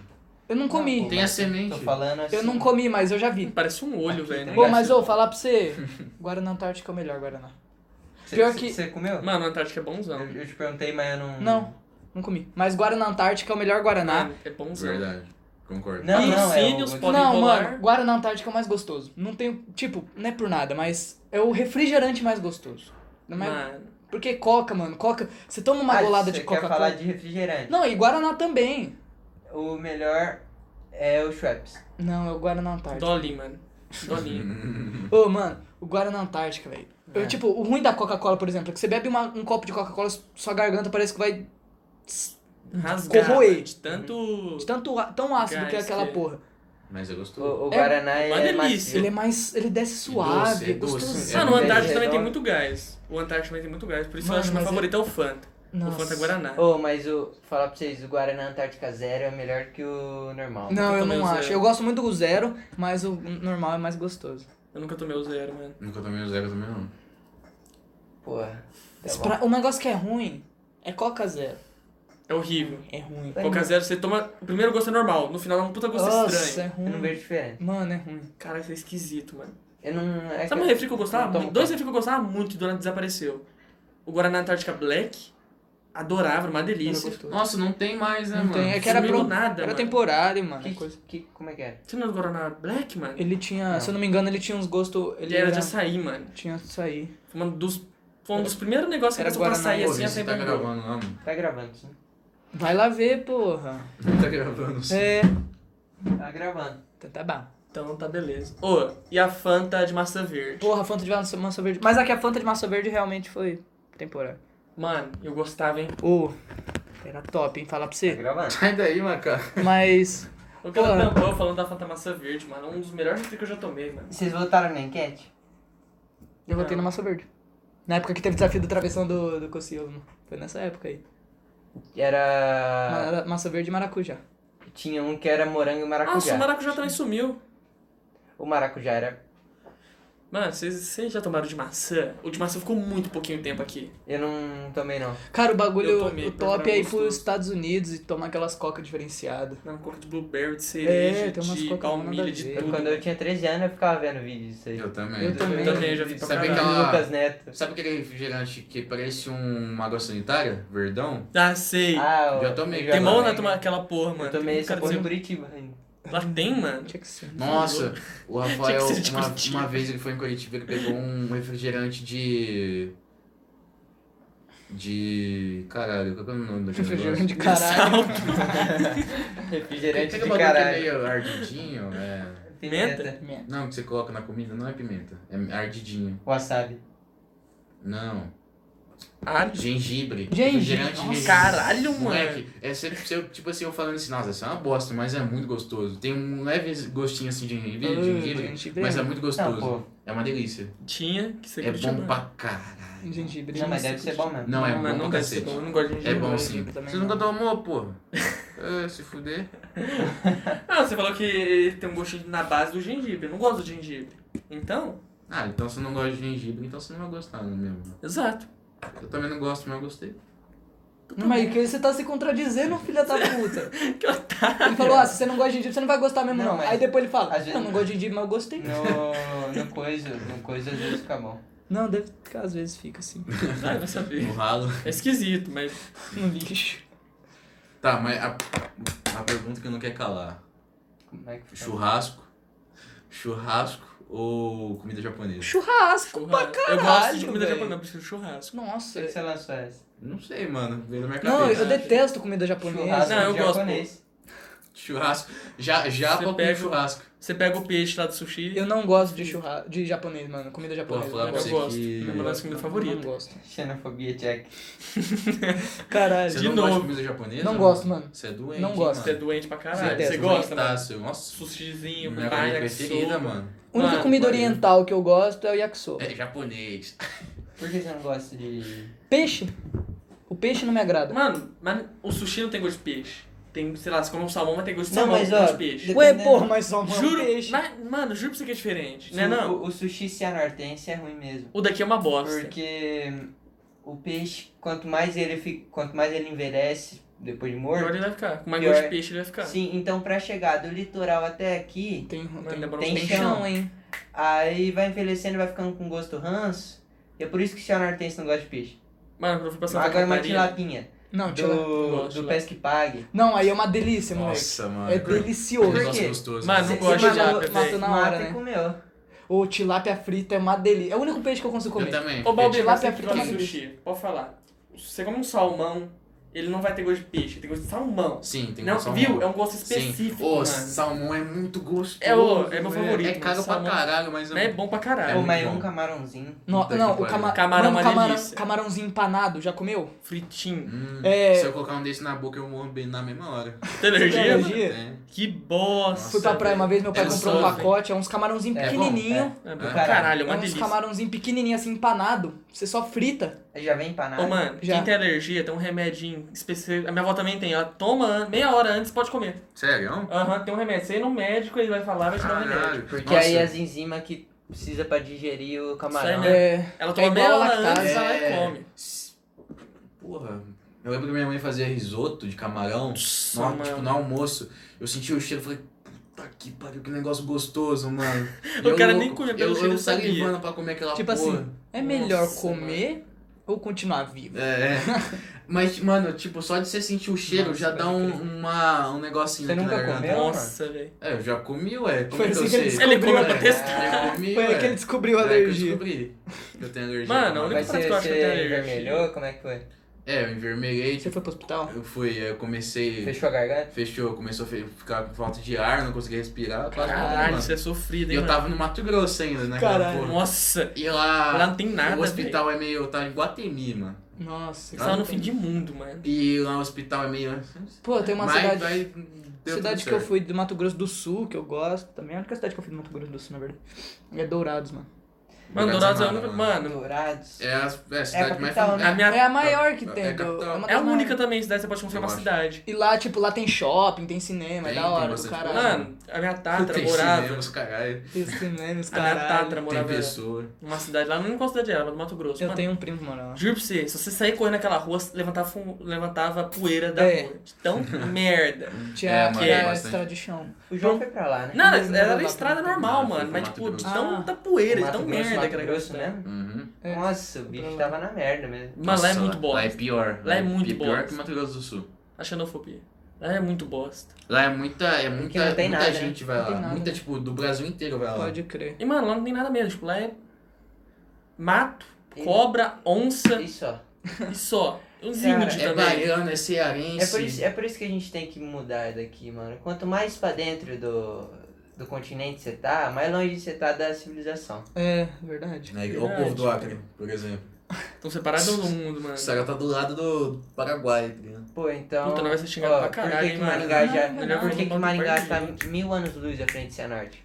Eu não Não, comi. Tem a semente. Tô falando assim... Eu não comi, mas eu já vi. Parece um olho, velho. né? Pô, mas eu vou falar pra você. Guaraná Antártica é o melhor Guaraná. Cê- Pior cê- que- Você comeu? Mano, a Antártica é bonzão. Eu, eu te perguntei, mas eu Hum. não... Não, não comi. Mas Guaraná Antártica é o melhor Guaraná. Mano, É bonzão. Verdade, concordo. Não, não, é Patrocínios, o- pode não, enrolar. mano, Guaraná Antártica é o mais gostoso. Não tem, tipo, não é por nada, mas é o refrigerante mais gostoso. Não é- Mano, Porque coca, mano, coca. Você toma uma Ah, golada cê de quer falar Coca-Cola. de refrigerante. Não, e Guaraná também. O melhor é o Schweppes. Não, é o Guaraná Antártica. Dolly, mano. Dolinho. Ô, mano, o Guaraná Antártica, velho. É. Eu, Tipo, o ruim da Coca-Cola, por exemplo, é que você bebe uma- um copo de Coca-Cola, sua garganta parece que vai Rasgado. Corroei. De tanto... de tanto, a- tão ácido que é Gás aquela que- porra. [LAUGHS] Mas é O, gostoso. o É Guaraná é, uma delícia. macio. Ele é mais. Ele desce doce, suave, é doce. gostoso. Mano, o É, Antártico também é, tem é. muito gás. O Antártico também tem muito gás. Por isso eu Mano, acho que meu mas favorito é o Fanta. O Fanta Guaraná. Ô, mas o, falar pra vocês, o Guaraná Antártica Zero é melhor que o normal. Não, eu tomei não o acho. zero. Eu gosto muito do zero, mas o normal é mais gostoso. Eu nunca tomei o zero, mano. Nunca tomei o zero também, não. Porra. Tá Esse bom. pra- O negócio que é ruim é Coca Zero. É horrível. É ruim. Coca Zero, você toma. O primeiro gosto é normal, no final dá um puta gosto Nossa, é estranho. Eu não ruim. vejo diferença. Mano, é ruim. Cara, isso é esquisito, mano. Eu não... É Sabe um que- refri que eu gostava? Não tomo muito? Dois refri que eu gostava muito e Dona desapareceu. O Guaraná Antártica Black, adorava, uma Era delícia. é gostoso. Nossa, não tem mais, né, Não mano? tem, é que era Sumiu pro... Era nada, é mano. temporário, mano. é coisa. Que, que, como é que é? Você não é do Guaraná Black, mano? Ele tinha, Não. se eu não me engano, ele tinha uns gostos. Ele Ele era de açaí, mano. Tinha açaí. Foi um dos, foi um dos primeiros negócios que Era começou pra Guaraná sair Pô, assim, você açaí tá bombou. gravando lá, mano. Tá gravando, sim. Vai lá ver, porra. Tá gravando, sim. É. Tá gravando. Tá, tá bom. Então tá beleza. Ô, e a Fanta de maçã verde? Porra, a Fanta de massa, massa verde. Mas aqui a Fanta de massa verde realmente foi temporária. Mano, eu gostava, hein? Ô, era top, hein? Falar pra Tá [LAUGHS] você. gravando. Sai daí, macaco. Mas. O cara Porra. tampou falando da Fanta maçã verde, mano. É Um dos melhores refri que eu já tomei, mano. Vocês votaram na enquete? Eu votei Não. na massa verde. Na época que teve o desafio do travessão do, do Cociolo. Foi nessa época aí. Era. Ah. Mara- Massa verde e maracujá. Tinha um que era Ah, morango e maracujá. é? Nossa, o maracujá também sumiu. O maracujá era. Mano, vocês vocês já tomaram de maçã? O de maçã ficou muito pouquinho tempo aqui. Eu não tomei, não. Cara, o Eu bagulho, tomei, o porque top era é ir pros gostoso. Estados Unidos e tomar aquelas coca diferenciadas. Não, coca de blueberry, de cereja, É, tem umas de coca palmilha, nada a de ver. Eu, tudo. quando eu tinha 13 anos, eu ficava vendo vídeo disso aí. Eu também. Eu também. Eu também, já vi pra Sabe caralho. aquela- Ah. Lucas Neto. Sabe aquele refrigerante que parece um- uma água sanitária? Verdão? Ah, sei. Ah, Já tomei, já tem mão na também. tomar aquela porra, mano. Eu tomei Tem um essa cara porra em dizendo- Curitiba ainda. Lá tem, mano. Tinha que ser. né? Nossa, o Tinha Rafael, que ser de uma, Curitiba. uma vez ele foi em Curitiba, ele pegou um refrigerante de. De. Caralho, qual que é o nome daquele Refrigerante de [LAUGHS] negócio? caralho. Refrigerante Pega de um bagulho que é caralho. meio ardidinho, é. Pimenta? [LAUGHS] Não, que você coloca na comida não é pimenta, é ardidinho. Wasabi. Não. Ah, Gengibre. Gengibre. Refrigerante de Nossa, gengibre. caralho, Moleque, é sempre se eu, tipo assim, eu falando assim, nossa, isso é uma bosta, mas é muito gostoso. Tem um leve gostinho assim de gengibre, Ah, gengibre, gengibre mas é- é muito Não, gostoso. pô. é uma delícia. tinha, que você É curtiu, bom mano. Ah, pra caralho. Gengibre. Não, mas sei deve ser curtir. bom mesmo. Não, é Mano, bom pra nunca cacete. Eu não gosto de gengibre. É bom Eu sim. também né? Você não. nunca tomou, porra? [LAUGHS] É, se fuder. Ah, você falou que ele tem um gostinho na base do gengibre. Eu não gosto do gengibre. Então, Ah, então você não gosta de gengibre, então você não vai gostar não mesmo. exato. Eu também não gosto, mas eu gostei. Mas que você tá se contradizendo, filha da puta. Que otário. Ele falou, ah, se você não gosta de gengibre, você não vai gostar mesmo, Não, não. mas- Aí depois ele fala, Às vezes- eu não gosto de gengibre, mas eu gostei. No, no coisa, no coisa às vezes fica bom. Não, deve ficar, às vezes fica assim, Ah, vai saber. [LAUGHS] No ralo. É esquisito, mas... no lixo. Tá, mas a, a pergunta que não quer calar. Como é que fica? Churrasco? Churrasco ou comida japonesa? Churrasco, pra Churrasco. caralho, eu gosto de comida velho. japonesa, por isso que churrasco. Por Nossa, que você lançou essa? Não sei, mano. Veio na minha cabeça. não, eu detesto comida japonesa. Churrasco Não, eu gosto, japonês. Churrasco. Já, já Você pra comer pega- churrasco. Você pega o peixe lá do sushi. Eu não gosto de churrasco, de japonês, mano. Comida Pô, japonesa. falar não pra eu você gosto. que- Minha das comidas Não favoritas. gosto. Xenofobia check. Caralho. Você De não novo. gosta de comida japonesa? É, Não gosto, mano. Você é doente. Não gosto. Ah, Você é doente pra caralho. Certeza. Você gosta, né? tá, mano. seu. Nossa, Sushizinho, com minha carne, comida preferida, preferida, mano. A única Mano, comida pode ir. oriental que eu gosto é o yakisoba. É japonês. Por que você não gosta de. Peixe. O peixe não me agrada. Mano, mas o sushi não tem gosto de peixe. Tem, sei lá, você come um salmão, mas tem gosto de Não, salmão, mas, não tem ó, gosto de peixe. de- Ué, dependendo- porra, mas só um Juro, peixe. mas, mano, juro pra você que é diferente, né O- não? O, o sushi ceanortense é ruim mesmo. O daqui é uma bosta. Porque o peixe, quanto mais ele fica, quanto mais ele envelhece depois de Pior é morto. ele vai ficar. Com mais Pior. é- gosto de peixe ele vai ficar. Sim, então pra chegar do litoral até aqui, Tem, tem, Mano, demora tem uns tempos. chão. hein? aí vai envelhecendo, vai ficando com gosto ranço. E é por isso que ceanortense não gosta de peixe. Mano, quando eu fui pra Santa Agora uma Catarina... tilapinha Não, tira. do, gosto, do né? Pesque Pague. Não, aí é uma delícia, moleque. Nossa, mano. é Que delicioso. Por um negócio quê? gostoso. né? Mano, não Você- gosto de matou- tilápia, matou velho. na hora, Mata e né? comeu. É O tilápia frita é uma delícia. É o único peixe que eu consigo comer. Eu também. Ô, Balbi, Tilápia você que frita gosta é de uma sushi, pode falar. Se você come um salmão, ele não vai ter gosto de peixe, ele tem gosto de salmão. Sim, tem não, gosto de salmão. viu? É um gosto Sim. específico, Ô, mano. salmão é muito gostoso. É, ô, é meu velho. favorito, É caro mano. pra Salmão. caralho, mas Mas é bom pra É Pô, caralho. muito mas bom. um camarãozinho. No- Puta não, que o cama... pariu. Camarão Mano, é uma camarão, delícia. camarãozinho empanado, já comeu? Fritinho. Hum, É. Se eu colocar um desse na boca, eu morro bem na mesma hora. Tem alergia? Tem alergia? É. Tá Que bosta. Fui pra praia uma vez, meu pai É comprou um gostoso, pacote, é uns camarãozinhos É bom, pequenininho. É, É. Caralho, é É uma uns delícia. camarãozinhos pequenininhos assim, empanado. Você só frita. Aí já vem empanado. Ô, mano, né? Já. quem tem alergia tem um remedinho específico. A minha avó também tem. Ela toma an- meia hora antes pode comer. Sério? Aham, tem um remédio. Você ir no médico, ele vai falar, vai te dar um remédio. Caralho. Porque Nossa. é- aí as enzimas que precisa pra digerir o camarão. Sai mesmo. É. Ela toma É igual meia a hora lactase. antes, ela vai e É. come. Porra. Eu lembro que minha mãe fazia risoto de camarão. Nossa, No, mano. tipo, no almoço, eu senti o cheiro e falei, puta que pariu, que negócio gostoso, [LAUGHS] mano. E O eu cara louco, nem comia pelo eu, cheiro, eu sabia. salivando pra comer aquela Tipo porra. assim, é melhor Nossa, comer ou continuar vivo? [LAUGHS] É, é. Mas, mano, tipo, só de você sentir o cheiro já dá um, uma, um negocinho Você aqui nunca na garganta. comeu? Nossa, velho. É, eu já comi, ué. Como Foi é que assim eu que ele sei? Ele comeu Descobriu, pra né? testar. Eu comi, Foi ué. aí que ele descobriu a É, que eu alergia. descobri que eu tenho alergia. Mano, Mas- a única- Mas Quanto você, que eu acho que eu você tenho alergia? vermelhou? Como é que foi? É, eu envermelhei, Você tipo, foi pro hospital? eu fui, eu comecei... Fechou a garganta? Fechou, começou a fe- ficar com falta de ar, não conseguia respirar. quase morri, Caralho, mano. isso é sofrido, E hein, eu mano. tava Ah, no Mato Grosso ainda, né? Caralho. porra. Nossa, E lá. Lá não tem nada, O hospital é meio. Tá em Guatemi, mano. Nossa. você tava no fim de mundo, mano. E lá o hospital é meio. Pô, tem uma mas, cidade... Mas, deu cidade tudo que eu certo. fui do Mato Grosso do Sul, que eu gosto também. É a única cidade que eu fui do Mato Grosso do Sul, na verdade. É Dourados, mano. Mano, Dourados é a única. Mano, Dourados. É a, é a cidade mais capital, fam- né? a minha. É a maior que É tem, do, capital. uma É a das maiores. única também cidade que você pode confiar Eu uma acho. cidade. E lá, tipo, lá tem shopping, tem cinema, é Tem, da tem hora do bastante caralho. coisa. Mano, a minha Tatra Tem morava. cinemas, caralho. Tem cinemas, A minha caralho. Tatra Tem morava pessoa. numa cidade lá, não em qual cidade era, mas no Mato Grosso. Eu Mano, tenho um primo que mora lá. Juro pra você, se você sair correndo naquela rua, levantava, fu- levantava poeira da É. rua. De [LAUGHS] Tão merda. Tinha É, que mano, era bastante. estrada de chão. O João foi pra lá, né? Não, Não, era, era não dá estrada pra- normal, Não, foi mano. pro Mas, Mato tipo, de Grosso. tão Ah. da poeira, de Mato tão Grosso, merda Mato que era Grosso, aquela né? Uhum. É. Nossa, o bicho tava na merda mesmo. Mas lá é Nossa, muito Lá é bosta. pior. Lá é muito pior bosta. que Mato Grosso do Sul. A xenofobia. Lá é muito bosta. Lá é muita, é muita, não tem muita nada, né? gente vai Não tem lá. nada. Muita, tipo, do Brasil inteiro vai lá. Pode crer. E, mano, Tá lá não tem nada mesmo. Tipo, lá é mato, E- cobra, onça Isso, ó. e só. um Os Cara, índios É também. baiano, é cearense. É por, isso, é por isso que a gente tem que mudar daqui, mano. Quanto mais pra dentro do, do continente você tá, mais longe você tá da civilização. É, verdade. Né, igual o povo do Acre, por exemplo. Estão separados do mundo, mano. O Saga tá do lado do Paraguai, tá ligado? Pô, então. Puta, nós vai ser xingado pra caralho, Por que, hein, que mano? Maringá já. Ah, não, por que, que não, Maringá não, tá não. mil anos luz à frente de Cianorte?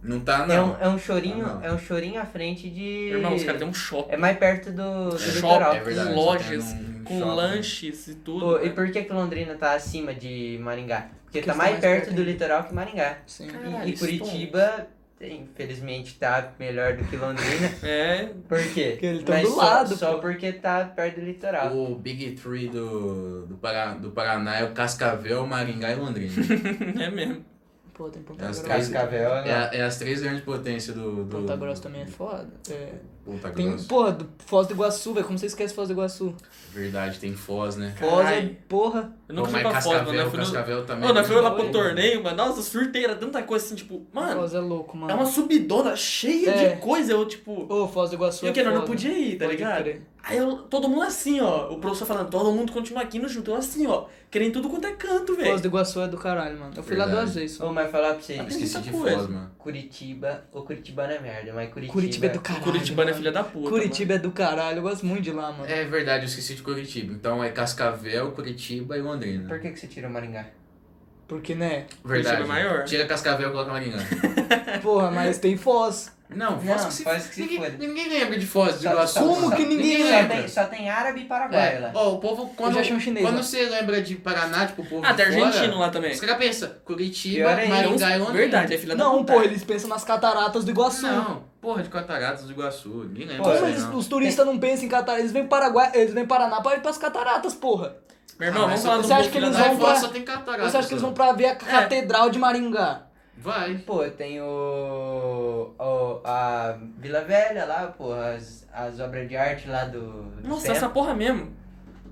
Não tá, É não. um, é um chorinho, Ah, não. é um chorinho à frente de. Irmão, os caras têm um shopping. É mais perto do, do litoral. shopping, É verdade, só lojas, tem um com shopping. lanches e tudo. Pô, e mano. por que que Londrina tá acima de Maringá? Porque Porque tá eles mais tão mais perto perto do ainda. litoral que Maringá. Sim. E- Caralho, e isso é bom. Curitiba, infelizmente, tá melhor do que Londrina. [LAUGHS] É, Por quê? Porque ele tá Mas do só, lado, Só pô. porque tá perto do litoral. O Big Three do, do, Pará, do Paraná é o Cascavel, Maringá e Londrina. é mesmo. Pô, tem Ponta É as Grossa. três- Cascavel né? É, a- é as três grandes potências do. do Ponta Grossa também é foda. É. Ponta Tem, Grossa. porra, do- Foz do Iguaçu, velho. Como você esquece Foz do Iguaçu? Verdade, tem Foz, né? Foz Caralho. é, porra. Eu nunca Pô, fui mas pra foto, mano. Cascavel, Eu fui no- Cascavel também. Mano, nós fomos lá Foi. pro torneio, mano. Nossa, surteira, tanta coisa assim, tipo, mano, Foz é louco, mano. é uma subidona cheia É. de coisa. Eu, tipo, Ô, Foz do Iguaçu. e o que? é Nós não foda. podia ir, tá Pode ligado? crer. Aí eu, todo mundo assim, ó. O professor falando, todo mundo continua aqui no junto. Eu assim, ó, querendo tudo quanto é canto, Foz do velho. Iguaçu é do caralho, mano. Eu fui lá Verdade. duas vezes. Ô, mas falar pra vocês, Eu esqueci de coisa. Foz, mano. Curitiba, o Curitibano é merda, mas Curitiba... Curitiba é do caralho. Curitibana é mano. filha da puta. Curitiba é do caralho. Eu gosto muito de lá, mano. É verdade, eu esqueci de Curitiba. Então é Cascavel, Curitiba e Londrina. Por que que você tirou Maringá? Porque, né? Verdade. Curitiba é maior. Tira Cascavel e coloca [LAUGHS] Maringá. Porra, mas tem Foz. Não, Foz Não, que se faz que se ninguém, foda. ninguém lembra de Foz, de Iguaçu. Como que ninguém só lembra? tem, só tem árabe e paraguaio É, lá. ó, o povo, quando, já achei um chinês, quando ó. você lembra de Paraná, tipo, o povo Ah, de tem fora, argentino lá também. Os caras pensam Curitiba, Pior ainda, Maringá um e Londrina. Verdade, é filha da Não, puta. porra, eles pensam nas cataratas do Iguaçu. Não, porra, de Cataratas do Iguaçu, ninguém lembra. Pô, Como disso aí, eles- não. os turistas não pensam em Cataratas? Eles vêm pro Paraguai, eles vêm pro Paraná pra ir pras cataratas, porra. Meu irmão, Ah, mas vamos falar do você acha povo que filha eles da Lá em vão puta. Foz pra- só tem Cataratas. Você acha que eles ó. vão pra É. ver a Catedral de Maringá? Vai. Pô, tem o, o- a Vila Velha lá, pô, as, as obras de arte lá do... do Nossa, centro. essa porra mesmo.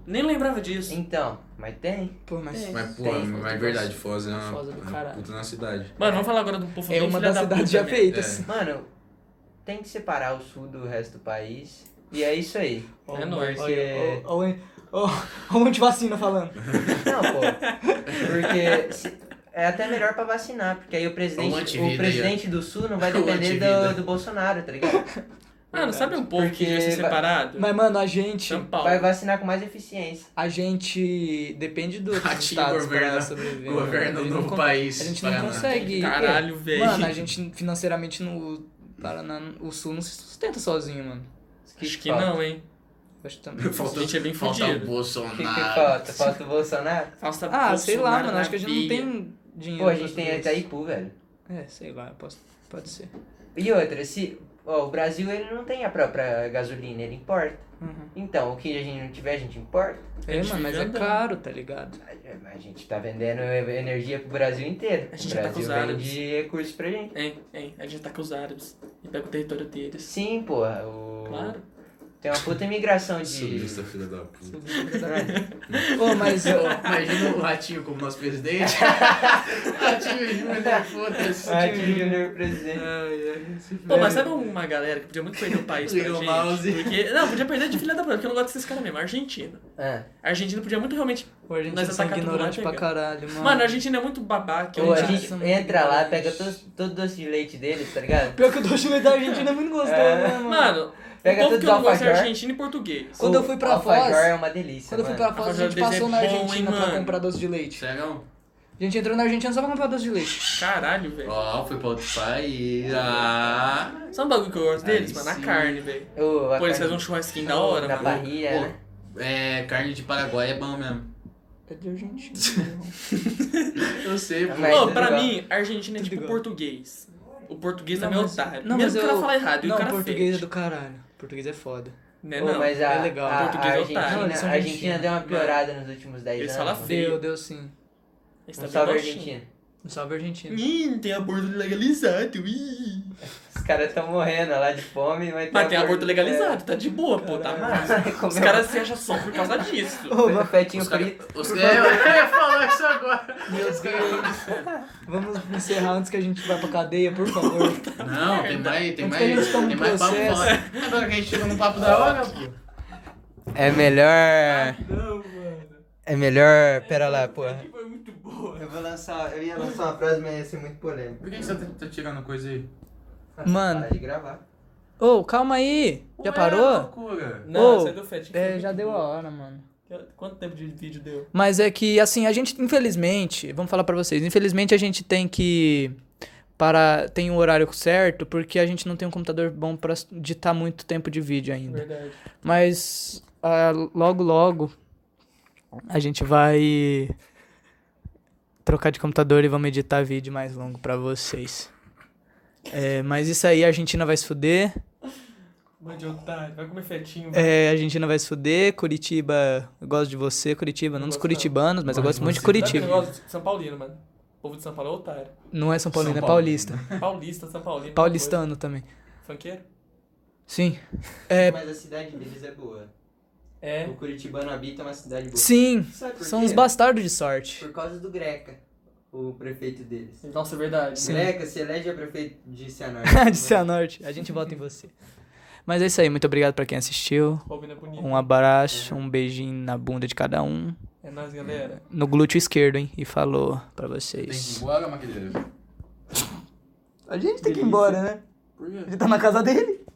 Nem lembrava disso. Então, mas tem. Pô, mas. Mas, pô, Tem Foz mas é verdade, Foz é uma, Foz é do uma caralho. puta na cidade. Mano, vamos falar agora do povo É bem uma filha das da puta cidades já assim. mesmo. feitas. Mano, tem que separar o sul do resto do país. E é isso aí. É nóis. Porque... Olha o antivacina falando. Não, pô. Porque se- é até melhor pra vacinar, porque aí o O presidente, antivida o aí, presidente do Sul não vai O depender antivida. do, do Bolsonaro, tá ligado? Mano, sabe um povo que Porque devia ser vai- separado? Mas, mano, a gente. São Paulo. Vai vacinar com mais eficiência. A gente depende dos Ratinho estados governa- pra sobreviver. mano. Governa A o gente novo não con- país. A gente não Paraná. consegue. Caralho, é. velho. Mano, a gente financeiramente no Paraná, o Sul não se sustenta sozinho, mano. [LAUGHS] Acho que falta? não, hein? Eu acho também. A gente é bem Falta o fodido. O que, que Bolsonaro. falta? Falta o Bolsonaro? Falta Ah, sei lá, Bolsonaro mano. na Acho que a gente não bilha. tem dinheiro. Pô, a pra gente tudo tem isso. Itaipu, velho. É, sei lá, posso, pode ser. E outra, se. ó, o Brasil ele não tem a própria gasolina, ele importa. Uhum. Então, o que a gente não tiver, a gente importa. É, gente mano, mas vive é andando. caro, tá ligado? A- A gente tá vendendo energia pro Brasil inteiro. A gente o já tá Brasil com os árabes. vende recursos pra gente. Hein, hein, a gente tá com os árabes e pega o território deles. Sim, porra. O... Claro. Tem uma puta imigração de. Sulista, filho da puta. Ô, mas eu. [LAUGHS] Imagina o Ratinho como nosso presidente. Ratinho Júnior, foda-se. Ah, Ai, que Júnior né, presidente. Pô, mas sabe uma galera que podia muito perder o [LAUGHS] país pra Liga o gente? mouse. Porque, não, podia perder de filha da puta, porque eu não gosto desses caras mesmo. Argentina. É. Ah, A Argentina podia muito realmente... Pô, a gente Nós é atacar tudo lá ignorante e pra pegar. caralho, mano. né, Mano, a Argentina é muito babaca. ou a cara. gente são muito entra lá, ignorantes. pega todo, todo doce de leite deles, tá ligado? Pior que o doce de leite da Argentina é muito gostoso, É. né, mano? Mano, Pega o povo tudo que eu não gosto é alfajor. argentino e português. Quando O eu fui pra alfajor Foz- é uma delícia, Quando eu fui mano. pra Foz, a Rapaziada, gente passou desenho na é bom, hein, Argentina pra mano? comprar doce de leite. Sério? A gente entrou na Argentina só pra comprar doce de leite. Caralho, velho. Ó, foi pra outro país. Ah. Sabe um bagulho que eu gosto deles, Aí mano? sim. A carne, velho. Ô, a Pô, eles carne- fazem um churrasquinho da hora, Na mano. barriga, Pô, né? É, carne de Paraguai é bom mesmo. É de [LAUGHS] Argentina. Eu sei, pô. Mas- Ô, tudo pra igual. mim, Argentina é Tudo tipo igual. português. O português Não, também é mas- otário. não, mas Mesmo que o cara eu- fala errado, e o Não, cara português é fez. do caralho. Português é foda. Né, Pô, não. mas a, é legal. a, Português é a otário. Argentina, Não, eles são a Argentina argentinos. deu uma piorada nos últimos 10 Eles anos. falam mano. Feio. Deu, deu sim. Esse Um tá salve, bem baixinho. Argentina. Um salve Argentina. Ih, tem aborto legalizado. Ih. Os caras estão morrendo lá de fome, mas... né? Mas tem aborto [LAUGHS] legalizado, tá de boa, pô, tá massa. Os caras se acham só por causa disso. Ô, fetinho Os caras. frito. Os caras. Eu ia falar isso agora. Meu Deus. Vamos encerrar antes que a gente vá pra cadeia, [LAUGHS] por favor. Não, tem mais, tem Mas que a gente mais, tá no tem mais papo processo. fora. Agora que a gente chega no papo da hora, pô. É melhor... É melhor... Pera lá, porra. Foi muito boa. Eu vou lançar... Eu ia lançar uma frase, mas ia ser muito polêmica. Por que que você tá, tá tirando coisa aí? Mano. Para de gravar. Ô, calma aí. Já Ué, é parou? loucura. Não, Ô, você deu fete. É, já deu a hora, mano. Quanto tempo de vídeo deu? Mas é que, assim, a gente, infelizmente, vamos falar pra vocês, infelizmente a gente tem que para tem um horário certo, porque a gente não tem um computador bom pra ditar muito tempo de vídeo ainda. Verdade. Mas ah, logo logo a gente vai trocar de computador e vamos editar vídeo mais longo pra vocês. É, mas isso aí, a Argentina vai se fuder. Mãe de otário, vai comer fetinho. velho. É, a Argentina vai se fuder. Curitiba, eu gosto de você, Curitiba. Não dos gosto curitibanos, mas eu gosto muito de Sabe Curitiba. aquele negócio de São Paulino, mano. O povo de São Paulo é otário. Não é São Paulino, São é Paulo. paulista. Paulista, São Paulino. Paulistano também. coisa. Funkeiro? Sim. É, Mas a cidade deles é boa. É. O Curitibano habita uma cidade boa. sim, Sabe por são quê? uns bastardos de sorte. Por causa do Greca, o prefeito deles. Nossa, é verdade. Sim. Greca se elege a prefeito de [LAUGHS] Cianorte. de Cianorte, a gente vota em você. Mas é isso aí, muito obrigado pra quem assistiu. Robin é bonito. Um abraço, um beijinho na bunda de cada um. É nóis, galera. No glúteo esquerdo, hein? E falou pra Tem que ir vocês. embora, Maquideiro? A gente tem que ir embora, né? Por quê? tá na casa dele.